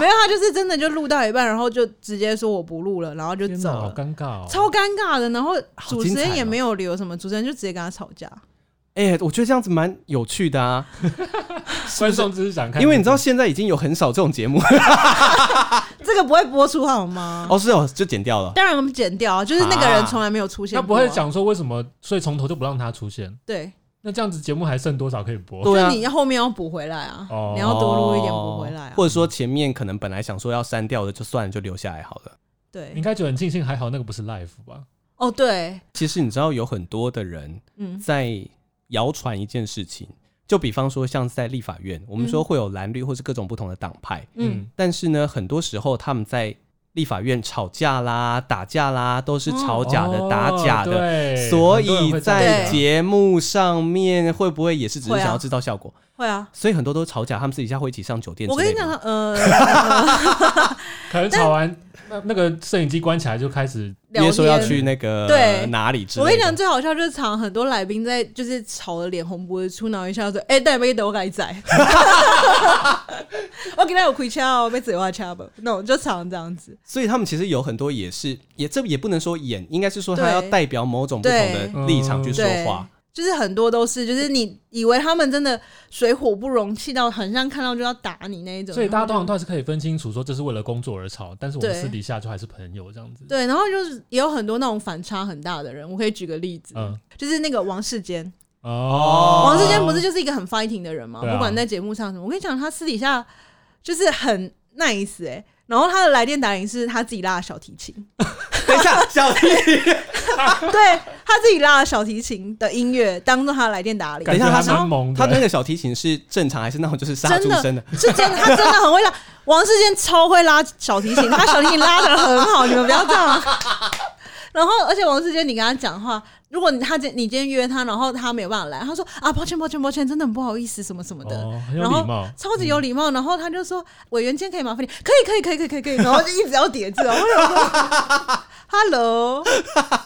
没有，他就是真的就录到一半，然后就直接说我不录了，然后 就
天
走
哪，好
了，
尴尬哦！
超尴尬的。然后主持
好精彩
人
哦
也没有留什么，主持人就直接跟他吵架。
哎、我觉得这样子蛮有趣的啊，
观众只是想看，
因为你知道现在已经有很少这种节目
这个不会播出好吗？
哦，是哦，就剪掉了。
当然我们剪掉啊，就是那个人
啊
从来没有出现
他
过啊、
不会讲说为什么，所以从头就不让他出现。
对，
那这样子节目还剩多少可以播？
对啊
就，你后面要补回来啊，
哦
你要多录一点补回来啊
哦或。者说前面可能本来想说要删掉的，就算了，就留下来好了。
对
你应，该觉得很庆幸，还好那个不是 live 吧？
哦对，
其实你知道有很多的人
嗯
在谣传一件事情，就比方说像在立法院，我们说会有蓝绿或是各种不同的党派，
嗯，
但是呢，很多时候他们在立法院吵架啦、打架啦，都是吵假的、
哦
打假的。
对
所
很多人
以
会这样
在
对
节目上面会不会也是只是
会啊
想要制造效果？
会啊。
所以很多都吵架，他们私底下会一起上酒店之
我跟
类
你
的
讲
吗。，
呃，
可能吵完那那个摄影机关起来就开始
聊
约说要
天
去那个
对
呃哪里之类
我
的。
跟你讲，最好笑就是常很多来宾在就是吵得脸红脖子粗，然后一下说：“哎、欸，带杯豆改仔， 我给他有亏掐哦，被嘴巴掐吧。”那我就常这样子。
所以他们其实有很多也是，也这也不能说演，应该是说他
对
要代表某种不同的
对
立场去说
对
话。，
就是很多都是，就是你以为他们真的水火不容，气到很像看到就要打你那一种。
所以大家
然
通
后
常都还是可以分清楚，说这是为了工作而吵，但是我们
对
私底下就还是朋友这样子。
就对，然后就是也有很多那种反差很大的人。我可以举个例子，
嗯，
就是那个王世坚，
哦，
王世坚不是就是一个很 fighting 的人吗？
对啊
不管在节目上什么，我跟你讲，他私底下就是很 nice 哎、然后他的来电打铃是他自己拉的小 提琴，
等一下，小弟，
对他自己拉的小提琴的音乐当做他的来电打铃，
等
感
一
觉
下他
还
是
然
蛮
后
萌
他那
的。
个小提琴是正常还是那种就是杀
真
猪
的
声的？
是真的，他真的很会 拉。王世坚超会拉小提琴，他小提琴拉的很好，你们不要这样啊。 然后，而且王世坚，你跟他讲话，如果你他今你今天约他，然后他没有办法来，他说啊，抱歉，抱歉，抱歉，真的很不好意思，什么什么的。
哦，很有
然后
礼貌。
超级有礼貌，然后他就说：“委员今天可以麻烦你，可以，可以，可以，可以，可以，可以。”然后就一直要叠字哦，我想说，Hello，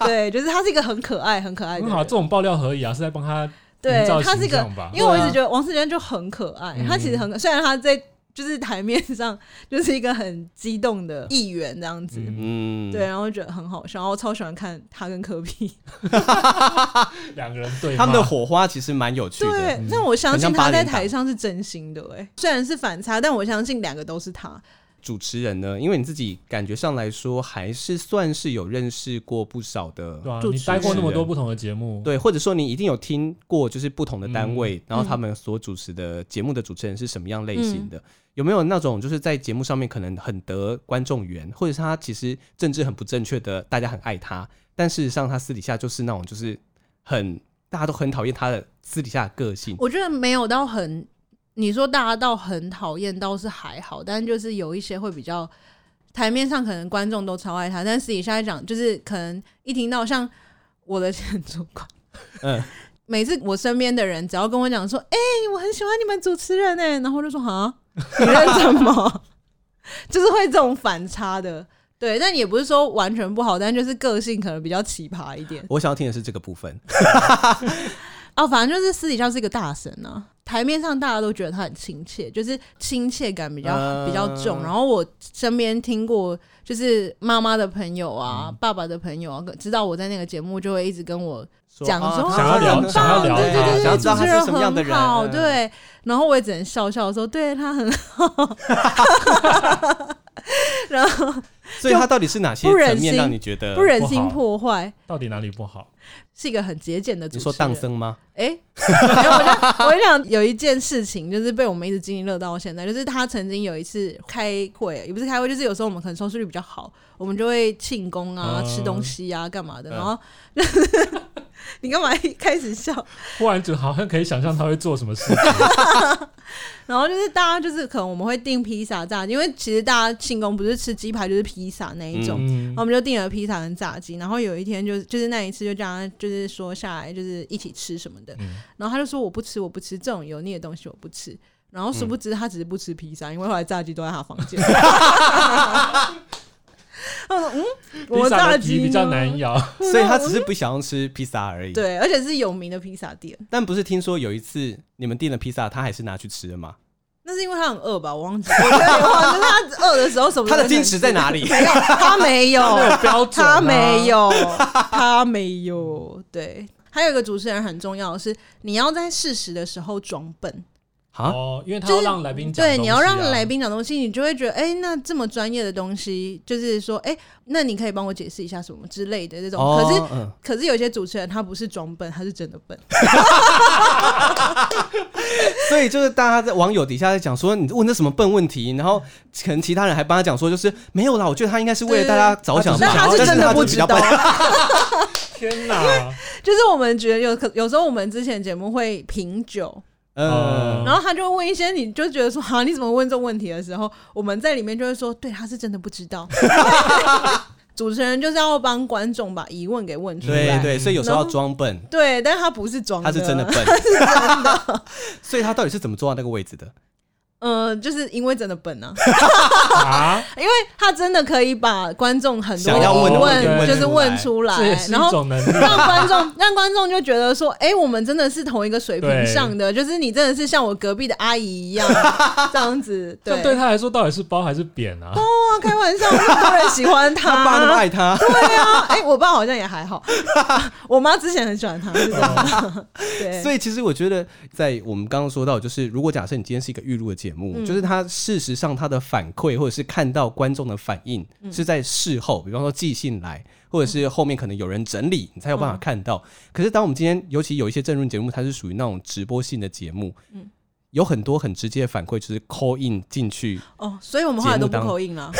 对， 就是他是一个很可爱、很可爱的
很嗯好，
人
这，种爆料合以啊，是在帮他
对
营造，
他是一
形
个
象吧，
因为我一直觉得王世坚就很可爱，
嗯
他其实很可，虽然他在就是台面上就是一个很激动的议员这样子，
嗯，
嗯，
对，然后觉得很好笑，然后我超喜欢看他跟 科比，
两个人对
他们
骂
的火花其实蛮有趣的。
对，
嗯
但我相
很
信
像
他
八
在
连档
台上是真心的、哎，虽然是反差，但我相信两个都是他，
主持人呢，因为你自己感觉上来说，还是算是有认识过不少的，
对啊，
主
你
持
待过那么
人
多不同的节目，
对，或者说你一定有听过，就是不同的
嗯
单位，然后他们所主持的节目的主持人是什么样类
嗯
型的？有没有那种就是在节目上面可能很得观众缘，或者是他其实政治很不正确的，大家很爱他，但事实上他私底下就是那种就是很。大家都很讨厌他的私底下的个性。
我觉得没有到很，你说大家到很讨厌倒是还好，但就是有一些会比较台面上可能观众都超爱他，但私底下讲就是可能一听到像我的前主管，
嗯，
每次我身边的人只要跟我讲说，哎、我很喜欢你们主持人哎、然后我就说哈，你认什么？ 就是会这种反差的。对，但也不是说完全不好，但就是个性可能比较奇葩一点
我想要听的是这个部分。
哦。反正就是私底下是一个大神啊，台面上大家都觉得他很亲切，就是亲切感比较、
嗯
比较重。然后我身边听过，就是妈妈的朋友啊、
嗯
爸爸的朋友啊，知道我在那个节目，就会一直跟我讲
啊
说哦
他
想要聊
很棒
想要聊
对对
他
对
想
对，
要知道
主持
他是什么样的
很好，
人，嗯，
对。然后我也只能笑笑说，对他很好，然后
所以他到底是哪些
不忍
层面
心
让你觉得
不忍
不
心
好
破坏，
到底哪里不好？
是一个很节俭的主
你
持
说
人。
当僧 吗？
哎、没有我就我就想有一件事情，就是被我们一直经历乐到现在，就是他曾经有一次开会，也不是开会，就是有时候我们可能收视率比较好，我们就会庆功啊、
嗯
吃东西啊、干嘛的，
嗯
然后。 你干嘛一开始笑？
忽然就好像可以想象他会做什么事 情。
然后就是大家就是可能我们会订披萨炸鸡，因为其实大家庆功不是吃鸡排就是披萨那一种，
嗯
然后我们就订了披萨跟炸鸡，然后有一天就就是那一次就叫他就是说下来就是一起吃什么的，
嗯
然后他就说我不吃我不吃这种油腻的东西我不吃，然后
嗯
殊不知他只是不吃披萨，因为后来炸鸡都在他房 间。他说嗯，
披
我
萨
炸
的
鸡
皮
呢
比较难咬，
所以他只是不想要吃披萨而已。，
啊对，而且是有名的披萨店，
但不是听说有一次你们订了披萨，他还是拿去吃了吗？
那是因为他很饿吧？我忘记，我觉得有忘记就是他饿的时候什么
他
都
的
很想
矜持在哪里？
没有，他没有，
没有标准啊
他没有，他没有。对，还有一个主持人很重要的是，你要在适时的时候装笨，
啊，
哦，因为他
就
要
是
让来宾讲东西啊，
对，你要让来宾讲东西，你就会觉得，哎、那这么专业的东西，就是说，哎、那你可以帮我解释一下什么之类的这种。
哦
可是，
嗯
可是有些主持人他不是装笨，他是真的笨。
所以就是大家在网友底下在讲说你问的什么笨问题，然后可能其他人还帮他讲说就是没有啦，我觉得他应该是为了大家着想
对
吧，
对对那他是
但
真的不知 道
他就比较笨
天哪，
就是我们觉得有可有时候我们之前节目会品酒，
嗯，
然后他就会问一些你就觉得说啊哈、你怎么问这种问题的时候，我们在里面就会说，对，他是真的不知道。主持人就是要帮观众把疑问给问出
对
来，
对，所以有时候要
然后
装笨，
对但他不是嗯装
他
的，啊
是真的。笨， 所以他到底是怎么坐到那个位置的？
呃，就是因为真的笨啊，
啊，
因为他真的可以把观众很多
想要问
疑
的问题
问
问
就是
出
问
来
出来
这也，是
然
一
后
种能力。
让观众 让观众就觉得说，哎、我们真的是同一个水平
对
上的，就是你真的是像我隔壁的阿姨一样这样子，对
这，对他来说到底是包还是扁啊？
哇，开玩笑，那么多人喜欢他，
他爸那么爱他，
对啊，哎、我爸好像也还好， 我妈之前很喜欢他，是这样。 对，
哦所以其实我觉得，在我们刚刚说到，就是如果假设你今天是一个预录的节目，就是他事实上他的反馈或者是看到观众的反应、是在事后，比方说寄信来，或者是后面可能有人整理，你才有办法看到。可是当我们今天尤其有一些政论节目，它是属于那种直播性的节目，有很多很直接的反馈，就是 call in 进去，
哦，所以我们后来都不
节目当
口音了。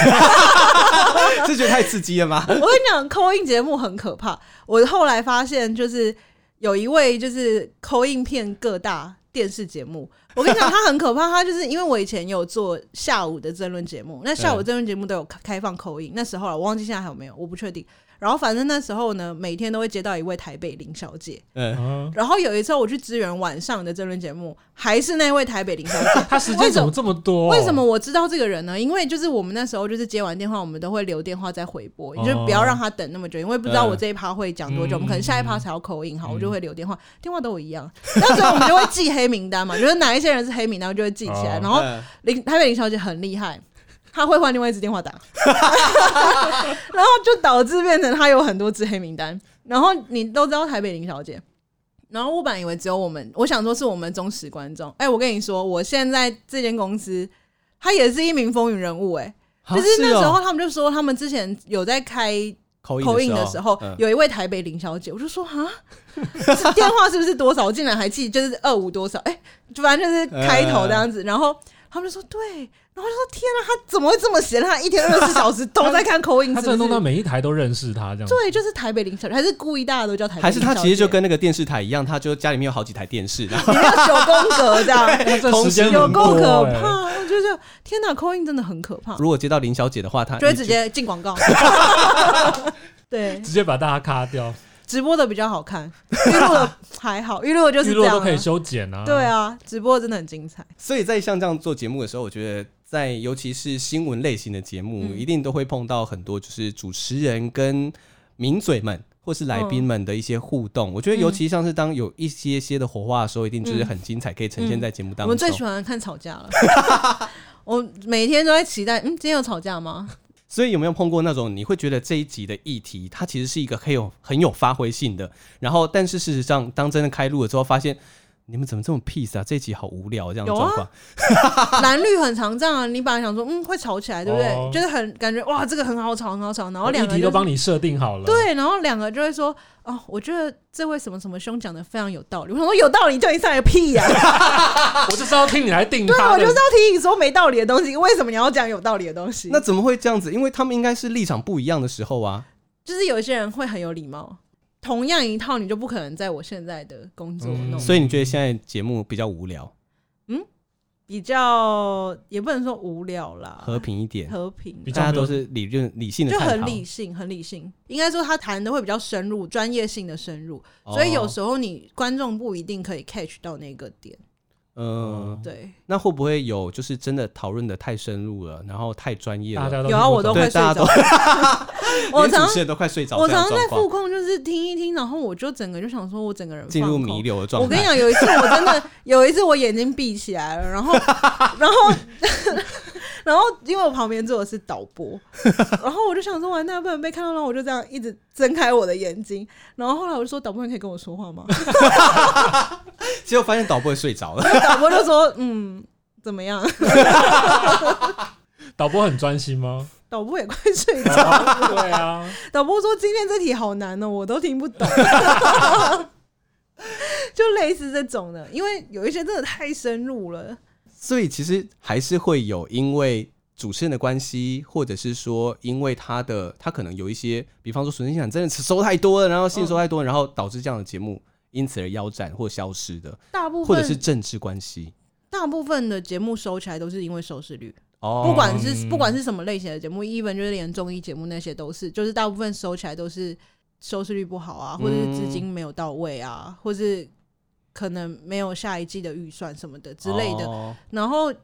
这觉得太刺激了吗？
我跟你讲，口音节目很可怕。我后来发现，就是有一位就是口音片各大电视节目，我跟你讲，他很可怕。他就是因为我以前有做下午的争论节目，那下
嗯
午争论节目都有开开放口音，那时候啊了，我忘记现在还有没有，我不确定。然后反正那时候呢，每天都会接到一位台北林小姐。
嗯，
嗯，
然后有一次我去支援晚上的争论节目，还是那位台北林小姐。
他时间怎么这么多？
为什么？我知道这个人呢？因为就是我们那时候就是接完电话，我们都会留电话再回拨，
哦
就是不要让他等那么久，因为不知道我这一趴会讲多久，
嗯
我们可能下一趴才要口音，好，
嗯
我就会留电话，电话都一样。那时候我们就会记黑 名单嘛，就是哪一些人是黑名单，我就会记起来。
哦
然后
嗯
林台北林小姐很厉害。她会换另外一支电话打， 然后就导致变成她有很多支黑名单。然后你都知道台北林小姐，然后我本来以为只有我们，我想说是我们忠实观众。哎、我跟你说，我现在这间公司，它也是一名风云人物、哎，
啊
就是那时候他们就说，他们之前有在开
口音
口音的时候，
嗯
有一位台北林小姐，我就说啊， 这电话是不是多少？我竟然还记，就是二五多少？哎、就反正就是开头这样子，然后。他们就说对，然后我就说天啊，他怎么会这么闲？啊他一天二十四小时都在看口音，
他真的弄
是
到
不是
每一台都认识他这样子。
对，就是台北林小姐，还是故意大家都叫台北林
还是他
小
其实就
姐
跟那个电视台一样，他就家里面有好几台电视，然后
你们要九宫格这样，
他这时间
有
很
够
多
可
欸
怕。我觉得天哪，口音真的很可怕，
如果接到林小姐的话，他
就会直接进广告。对，
直接把大家卡掉，
直播的比较好看，预录的 还好，预录的就是
娱
这
乐
样、
都可以
啊。
修剪啊。
对，啊，直播真的很精彩。
所以在像这样做节目的时候，我觉得在尤其是新闻类型的节目，
嗯
一定都会碰到很多就是主持人跟名嘴们或是来宾们的一些互动。我觉得尤
嗯
其像是当有一些些的火花的时候，一定就是很精彩，可以呈现在节目当
嗯我
中。
们最喜欢看吵架了， 我每天都在期待，嗯，今天有吵架吗？
所以有没有碰过那种你会觉得这一集的议题，它其实是一个很有很有发挥性的，然后但是事实上，当真的开录了之后，发现你们怎么这么 peace 啊？这一集好无聊这样的
有啊
状况。
蓝绿很常这样啊。你本来想说，嗯，会吵起来，对不对？
哦
就是很感觉哇，这个很好吵，很好吵。然后
我
两
议
个、
题
就
都
是、
帮你设定好了。，
对，然后两个就会说，哦，我觉得这位什么什么兄讲的非常有道理。我想说有道理，叫你上来屁 呀、
我就是要听你来定
啊对啊，
他
我就
的
是。要提你说没道理的东西，为什么你要讲有道理的东西？
那怎么会这样子？因为他们应该是立场不一样的时候啊。
就是有一些人会很有礼貌，同样一套你就不可能在我现在的工作
嗯
弄、
所以你觉得现在节目比较无聊，
比较，也不能说无聊啦，
和平一点，
啊和平啊
比较
大家都是理论理性的
就
探讨，
很理性，很理性。应该说他谈的会比较深入，专业性的深入，
哦
所以有时候你观众不一定可以 catch 到那个点。
嗯，
对，
那会不会有就是真的讨论的太深入了，然后太专业
大
了？
家都
有啊，
听不
我
懂
都快
对
睡
大家
着
都
了。我
连主
常
持人都快睡着
我
这样
常
的
常在
状
复
况，
控，就是听一听，然后我就整个就想说，我整个人
进入
放空
弥留的状态。
我跟你讲，有一次我真的 有一次我眼睛闭起来了，然后 然后 然后因为我旁边坐的是导播，然后我就想说完蛋不能被看到，然后我就这样一直睁开我的眼睛，然后后来我就说导播你可以跟我说话 吗？
结果发现导播也睡着了。
导播就说嗯怎么样？
导播很专心 吗？
导播也快睡着，
哦对啊，
导播说今天这题好难哦，我都听不懂。 就类似这种的，因为有一些真的太深入了，
所以其实还是会有因为主持人的关系，或者是说因为他的他可能有一些，比方说损失奖真的收太多了，然后信收太多了，然后导致这样的节目因此而腰斩或消失的，
大部
或者
分
是政治关系。
大部分的节目收起来都是因为收视率，
哦
不管是不管是什么类型的节目，even 就是连综艺节目那些都是，就是大部分收起来都是收视率不好
嗯
啊，或者是资金没有到位啊，或是可能没有下一季的预算什么的之类的。
哦
然后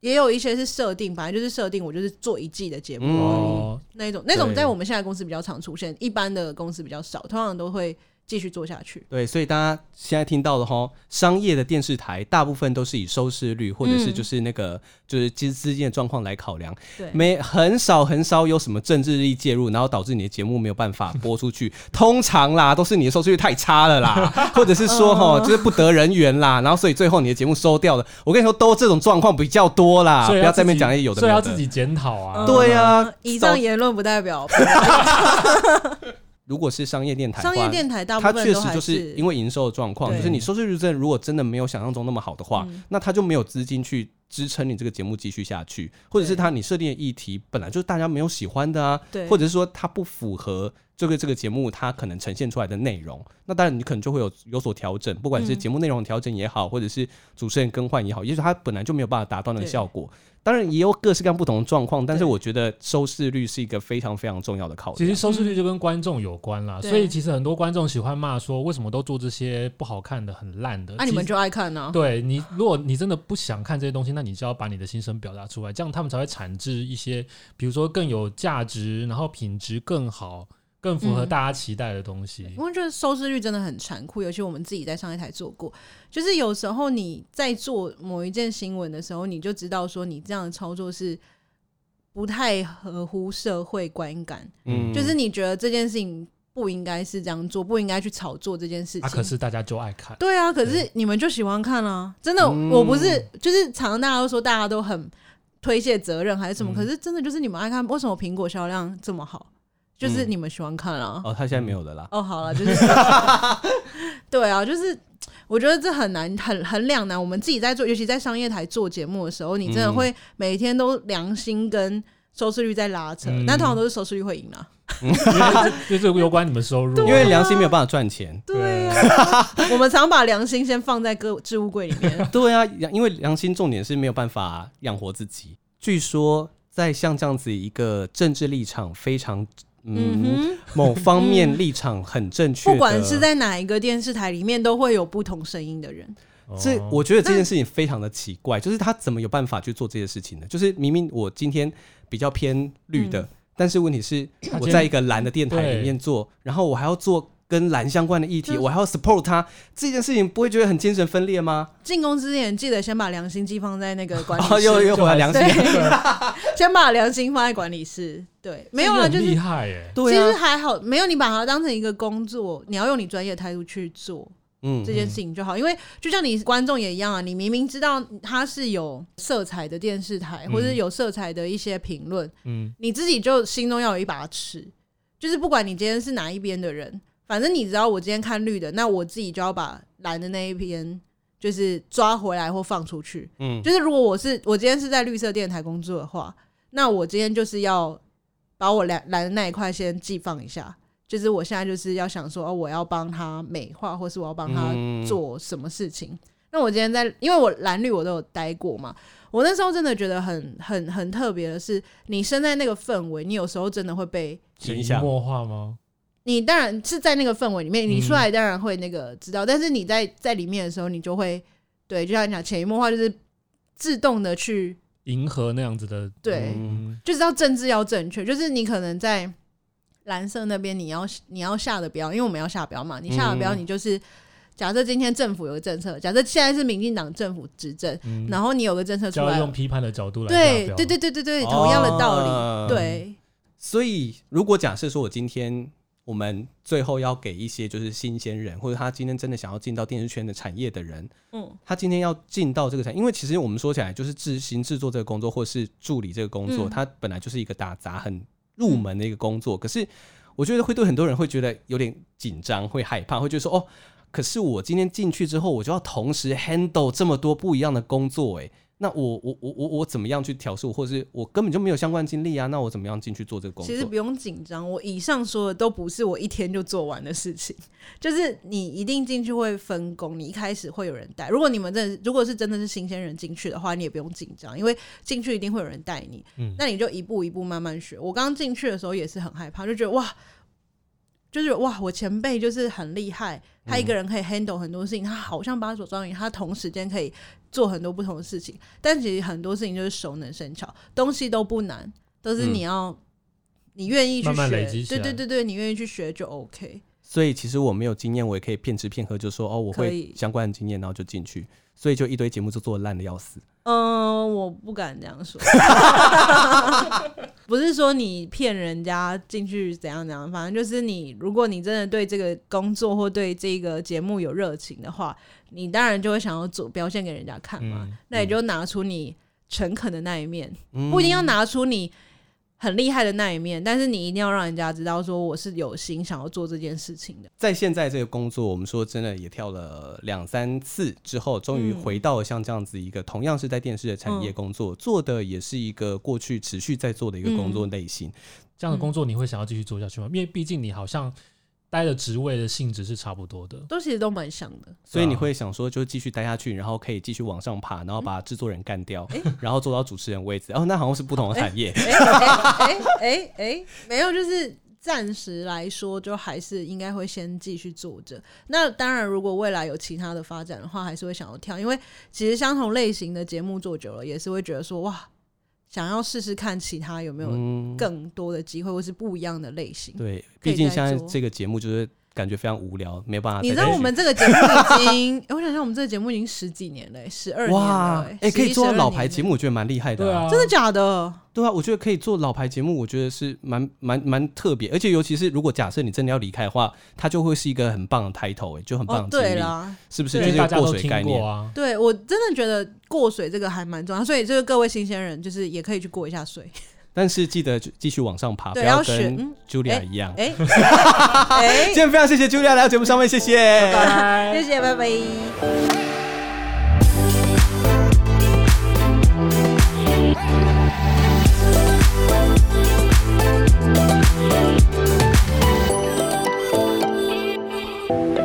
也有一些是设定，反正就是设定我就是做一季的节目、
哦，
那一种，那种
嗯对
在我们现在公司比较常出现，一般的公司比较少，通常都会继续做下去。
对，所以大家现在听到的哈，商业的电视台大部分都是以收视率或者是
嗯
就是那个、就是资资金的状况来考量，
对，
没很少很少有什么政治力介入，然后导致你的节目没有办法播出去。通常啦，都是你的收视率太差了啦，或者是说哈，就是不得人缘啦，然后所以最后你的节目收掉了。我跟你说，都这种状况比较多啦，啊不
所以
要
自
在
己
那边讲一些有的
所
没
以要
有
自
的。
己检讨啊。
对啊
嗯，以
早
上言论不代表
如果是商业电台的
商
话，
业电台，大部
它
分
确
都
实
还
就是因为营收的状况，
对
就是你收视率真的如果真的没有想象中那么好的话，
嗯
那它就没有资金去支撑你这个节目继续下去，或者是它你设定的议题本来就是大家没有喜欢的啊，
对，
或者是说它不符合这个这个节目它可能呈现出来的内容，那当然你可能就会有有所调整，不管是
嗯
节目内容的调整也好，或者是主持人更换也好，也许它本来就没有办法达到那个
对
效果。当然也有各式各样不同的状况，但是
对
我觉得收视率是一个非常非常重要的考
其实
量。
收视率就跟观众有关啦，
对
所以其实很多观众喜欢骂说，为什么都做这些不好看的、很烂的？
啊那、你
其
们
实
就爱看呢、
对你，如果你真的不想看这些东西，那你就要把你的心声表达出来，这样他们才会产制一些，比如说更有价值，然后品质更好、更符合
嗯
大家期待的东西。
因为就是收视率真的很残酷，尤其我们自己在上一台做过，就是有时候你在做某一件新闻的时候，你就知道说你这样的操作是不太合乎社会观感，
嗯
就是你觉得这件事情不应该是这样做，不应该去炒作这件事
啊，
情。
可是大家就爱看，
对啊，可是你们就喜欢看啊！真的，
嗯
我不是就是常常大家都说大家都很推卸责任还是什么，
嗯
可是真的就是你们爱看，为什么苹果销量这么好？就是
嗯
你们喜欢看啊。
哦，他现在没有的啦。
哦，好了，就是对啊，就是我我觉得这很难，很很两难。我们自己在做，尤其在商业台做节目的时候，你真的
嗯
会每天都良心跟收视率在拉扯，
嗯
那通常都是收视率会赢啊啦。
因为这因为这有关你们收入啊，
因为良心没有办法赚钱。
对呀、
啊
我们常把良心先放在各置物柜里面。
对啊，因为良心重点是没有办法养活自己。据说在像这样子一个政治立场非常 嗯
嗯
某方面立场很正确
哼，
的，
不管是在哪一个电视台里面，都会有不同声音的人。
哦
这我觉得这件事情非常的奇怪，就是他怎么有办法去做这些事情呢？就是明明我今天比较偏绿的，但是问题是
他
我
今
在
天
一个蓝的电台里面做，然后我还要做跟蓝相关的议题，
就是
我还要 support 他，这件事情不会觉得很精神分裂吗？
进攻之前，记得先把良心寄放在那个管理室，
哦，又又回来良心，
对， 先把良心放在管理室。对，没有
这
了，
很
就是
厉害耶，
对
其实
啊，
还好，没有你把它当成一个工作，你要用你专业态度去做
嗯
这件事情就好。因为就像你观众也一样啊，你明明知道它是有色彩的电视台，
嗯
或者是有色彩的一些评论，
嗯，
你自己就心中要有一把尺，就是不管你今天是哪一边的人，反正你只要我今天看绿的，那我自己就要把蓝的那一边就是抓回来或放出去。
嗯，
就是如果我是我今天是在绿色电台工作的话，那我今天就是要把我蓝蓝的那一块先寄放一下。就是我现在就是要想说，哦，我要帮他美化，或是我要帮他
嗯
做什么事情。那我今天在，因为我蓝绿我都有待过嘛，我那时候真的觉得很很很特别的是，你身在那个氛围，你有时候真的会被
形
潜移
象
默化吗？
你当然是在那个氛围里面，你出来当然会那个知道，但是你在在里面的时候，你就会对，就像你讲潜移默化，就是自动的去
迎合那样子的，
对，
嗯，
就知道政治要正确，就是你可能在蓝色那边，你要你要下的标，因为我们要下标嘛，你下的标
嗯
你就是。假设今天政府有个政策，假设现在是民进党政府执政，
嗯
然后你有个政策出
就要
来
用，批判的角度来
对
发表
对对对对对，同样的道理，
哦
对，
所以，如果假设说我今天我们最后要给一些就是新鲜人，或者他今天真的想要进到电视圈的产业的人，
嗯
他今天要进到这个产，因为其实我们说起来就是执行制作这个工作，或者是助理这个工作，
嗯
它本来就是一个打杂很入门的一个工作，可是我觉得会对很多人会觉得有点紧张，会害怕，会觉得说哦。可是我今天进去之后，我就要同时 handle 这么多不一样的工作、诶，那我我我我我怎么样去调试，或者是我根本就没有相关经历啊？那我怎么样进去做这个工作？
其实不用紧张。我以上说的都不是我一天就做完的事情， 就是你一定进去会分工，你一开始会有人带。如果你们真的如果是真的是新鲜人进去的话，你也不用紧张，因为进去一定会有人带你。
嗯
那你就一步一步慢慢学。我刚进去的时候也是很害怕，就觉得哇。就是哇，我前辈就是很厉害，
嗯
他一个人可以 handle 很多事情，他好像把手抓紧，他同时间可以做很多不同的事情。但其实很多事情就是熟能生巧，东西都不难，都
嗯
是你要、你愿意去学，
慢慢累积起
对
来
对对对，你愿意去学就 OK。
所以其实我没有经验，我也可以骗吃骗喝，就说哦，我
可
会
以
相关的经验，然后就进去，所以就一堆节目就做得烂的要死。
嗯，我不敢这样说， 不是说你骗人家进去怎样怎样，反正就是你，如果你真的对这个工作或对这个节目有热情的话，你当然就会想要做表现给人家看嘛。
嗯
那你就拿出你诚恳的那一面，
嗯
不一定要拿出你很厉害的那一面，但是你一定要让人家知道说我是有心想要做这件事情的。
在现在这个工作，我们说真的也跳了两三次之后，终于
嗯
回到了像这样子一个同样是在电视的产业
嗯嗯
工作，做的也是一个过去持续在做的一个工作类型。
这样的工作你会想要继续做下去吗？因为毕竟你好像待的职位的性质是差不多的，
都其实都蛮像的，
所以你会想说，就继续待下去，然后可以继续往上爬，然后把制作人干掉，然后做到主持人位置。哦，那好像是不同的产业。
哎哎哎哎哎，没有，就是暂时来说，就还是应该会先继续做着。那当然，如果未来有其他的发展的话，还是会想要跳，因为其实相同类型的节目做久了，也是会觉得说哇，想要试试看其他有没有
嗯，
更多的机会，或是不一样的类型。
对，
可以
毕竟
再
现在
做
这个节目就是感觉非常无聊，没有办法再
你
继续。
知道我们这个节目已经，
啊
哎我想想，我们这个节目已经十几年了、十二年了、欸
哇，哎，可以做到老牌节
目，
目，我觉得蛮厉害的、
对啊，
真的哦假的？
对啊，我觉得可以做老牌节目，我觉得是蛮蛮蛮特别，而且尤其是如果假设你真的要离开的话，它就会是一个很棒的 title，哎、就很
哦
棒，的经
对
历、
啦，
是不是？
因
就是
为
一
大
个
家
过
都
水
听
概
过
念。
啊。
对我真的觉得过水这个还蛮重要，所以就是各位新鲜人，就是也可以去过一下水。
但是记得继续往上爬，不
对
要
要选
跟
嗯
Julia 一样。
哎哎
今，天非常谢谢 Julia 来到节目上面，谢谢。
谢谢，拜拜。
Thank